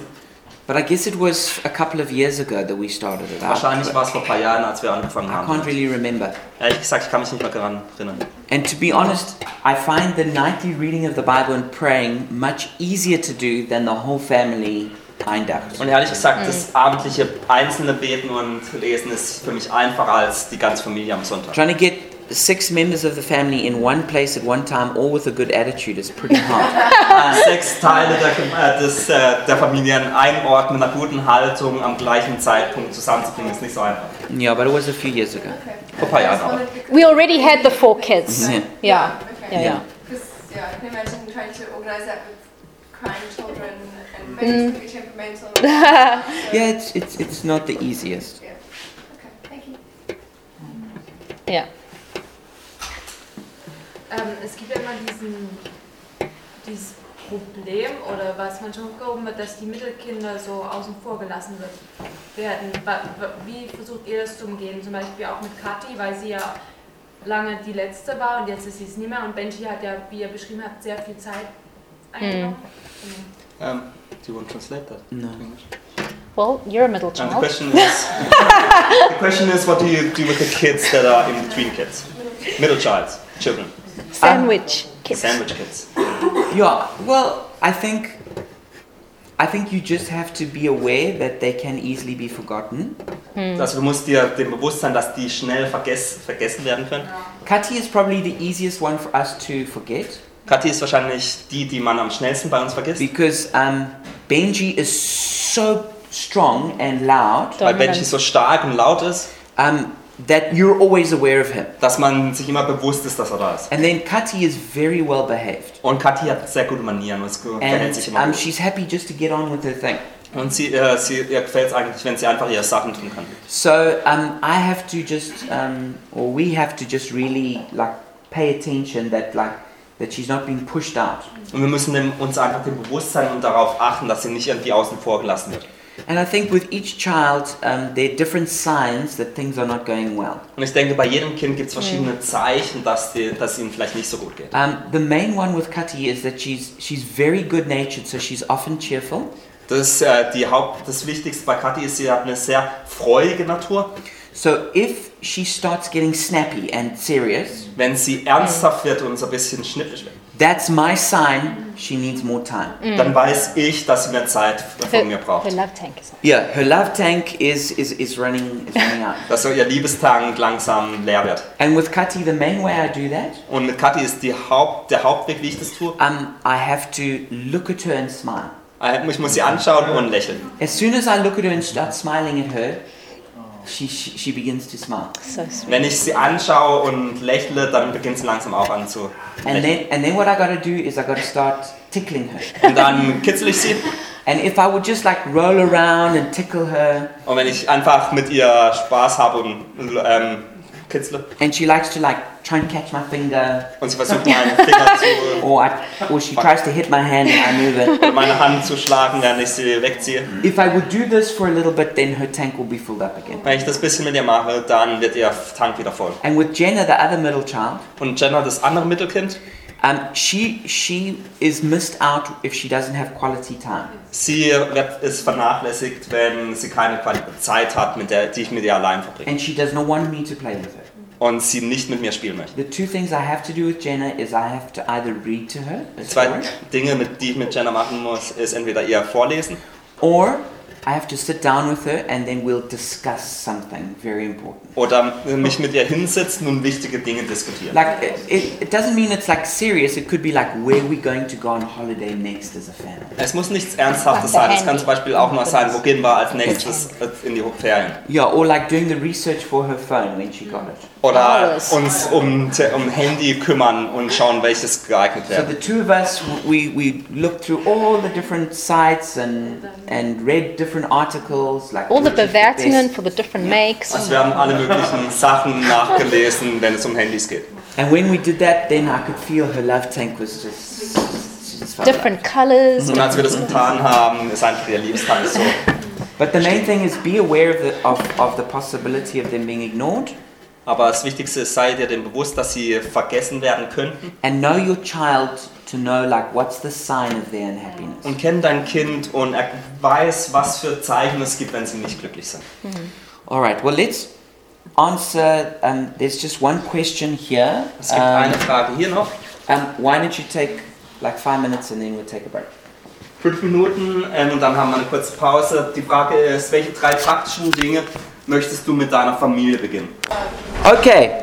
A: But I guess it was a couple of years ago that we started it.
B: Wahrscheinlich
A: I,
B: war es vor ein paar Jahren, als wir angefangen
A: I can't
B: haben.
A: really remember.
B: Ehrlich gesagt, ich kann mich nicht mehr daran erinnern.
A: And to be honest, I find the nightly reading of the Bible and praying much easier to do than the whole family lined up.
B: Und ehrlich gesagt, das abendliche einzelne Beten und Lesen ist für mich einfacher als die ganze Familie am Sonntag.
A: Trying to get six members of the family in one place at one time, all with a good attitude, is pretty hard.
B: Sechs Teile der, äh, des, äh, der Familien einordnen, mit einer guten Haltung am gleichen Zeitpunkt zusammenzubringen, ist nicht so einfach.
A: yeah, but it was a few years ago.
H: Okay.
B: Vor ein paar Jahren aber.
C: We already had the four kids.
A: Mm-hmm. Yeah.
C: Yeah. Yeah,
H: Okay.
C: yeah.
H: Because, yeah, I can imagine trying to organize that with crying children and maybe mm. temperamental. so,
A: Yeah, it's, it's, it's not the easiest.
H: yeah. Okay, thank you.
C: Yeah.
D: Ähm, es gibt ja immer diesen, dieses Problem, oder was manchmal hochgehoben wird, dass die Mittelkinder so außen vor gelassen wird, werden. Wa- wa- Wie versucht ihr das zu umgehen? Zum Beispiel auch mit Kathi, weil sie ja lange die Letzte war und jetzt ist sie es nicht mehr. Und Benji hat ja, wie ihr beschrieben habt, sehr viel Zeit eingenommen.
B: Um, do you want to translate that?
A: No.
C: Well, you're a middle
B: And the
C: child.
B: question is, the question is, what do you do with the kids that are in between kids, middle child, children,
C: Ah. Sandwich. Kids.
B: sandwich kids?
A: Yeah, well, I think I think you just have to be aware that they can easily be forgotten.
B: Also du musst dir dem bewusst sein, dass die schnell vergess vergessen werden können.
A: Kati is probably the easiest one for us to forget
B: Kathi ist wahrscheinlich die, die man am schnellsten bei uns vergisst,
A: because um, Benji is so strong and loud
B: weil Benji so stark und laut ist,
A: um, that you're always aware of him.
B: dass man sich immer bewusst ist, dass er da ist.
A: And then Kati is very well behaved.
B: Und Kathi hat sehr gute Manieren und es verhält sich
A: And
B: immer
A: um,
B: gut.
A: she's happy just to get on with her thing.
B: Und sie, äh, sie, ihr gefällt es eigentlich, wenn sie einfach ihre Sachen tun kann.
A: So um, I have to just, um, or we have to just really like pay attention that like that she's not being pushed out.
B: Und wir müssen dem, uns einfach dem Bewusstsein und darauf achten, dass sie nicht irgendwie außen vor gelassen wird.
A: And I think with each child, um, there are different signs that things are not going well.
B: Und ich denke, bei jedem Kind gibt es verschiedene Zeichen, dass, die, dass es ihnen vielleicht nicht so gut geht.
A: Um, the main one with Kati is that she's she's very good natured, so she's often cheerful.
B: Das, ist, äh, die Haupt, das Wichtigste bei Kathi ist, sie hat eine sehr freudige Natur.
A: So if she starts getting snappy and serious,
B: Wenn sie ernsthaft wird und so ein bisschen schnippig wird,
A: that's my sign she needs more time.
B: dann weiß ich, dass sie mehr Zeit
C: Her,
B: von mir braucht.
C: her love tank is.
A: Yeah, her love tank is is, is running is running out.
B: Dass so ihr Liebestank langsam leer wird.
A: And with Kati, the main way I do that,
B: Und mit Kathi ist die Haupt, der Hauptweg, wie ich das tue.
A: um, I have to look at her and smile.
B: Äh, Ich muss sie anschauen und lächeln.
A: As soon as I look at her and start smiling at her, she she, she begins to smile.
C: So sweet.
B: Wenn ich sie anschaue und lächle, dann beginnt sie langsam auch an zu
A: And
B: lächeln.
A: then and then what I got to do is I got to start tickling her.
B: Und dann kitzel ich sie.
A: And if I would just like roll around and tickle her,
B: Und wenn ich einfach mit ihr Spaß habe und ähm, kitzle
A: and she likes to like try and catch my finger,
B: und sie versucht meinen Finger zu,
A: or I, or she tries to hit my hand and I move
B: oder meine Hand zu schlagen, während ich sie wegziehe.
A: it. If I would do this for a little bit, then her tank will be filled up again.
B: Wenn ich das bisschen mit ihr mache, dann wird ihr Tank wieder voll.
A: And with Jenna, the other middle child,
B: Und Jenna, das andere Mittelkind,
A: um, she she is missed out if she doesn't have quality time.
B: sie wird, ist vernachlässigt, wenn sie keine Quali- Zeit hat, mit der, die ich mit ihr allein verbringe.
A: And she does not want me to play with her.
B: Und sie nicht mit mir spielen möchte.
A: The two things I have to do with Jenna is I have to either read to her a
B: Zwei
A: story,
B: Dinge, mit, die ich mit Jenna machen muss, ist entweder ihr vorlesen
A: or I have to sit down with her and then we'll discuss something very important.
B: oder mich mit ihr hinsetzen und wichtige Dinge diskutieren.
A: Like it, it, it doesn't mean it's like serious. It could be like where we're going to go on holiday next as a family.
B: Es muss nichts Ernsthaftes sein. Es kann zum Beispiel auch mal sein, wo gehen wir als nächstes in die Ferien.
A: Yeah, or like doing the research for her phone when she got it.
B: Oder
C: Alles.
B: uns um, Te- um Handy kümmern und schauen, welches geeignet
A: So
B: wäre.
A: the two of us, w- we, we looked through all the different sites and and read different articles like
C: All the
A: which is best.
C: bewertungen for the different makes.
B: Also wir haben alle möglichen Sachen nachgelesen, wenn es um Handys geht.
A: And when we did that, then I could feel her love tank was just, just felt
C: different colors.
B: Und als wir das getan haben, ist einfach ihr Liebestag so.
A: up. But the main thing is be aware of the of, of the possibility of them being ignored,
B: Aber das Wichtigste ist, sei dir denn bewusst, dass sie vergessen werden könnten.
A: and know your child to know like what's the sign of their unhappiness.
B: Und kenn dein Kind und er weiß, was für Zeichen es gibt, wenn sie nicht glücklich sind.
A: All right. Well, let's answer. Um, there's just one question here.
B: Es gibt eine
A: Um,
B: Frage hier noch.
A: um, why don't you take like five minutes and then we'll take a break?
B: fünf Minuten ähm, und dann haben wir eine kurze Pause. Die Frage ist, welche drei praktischen Dinge möchtest du mit deiner Familie beginnen?
A: Okay.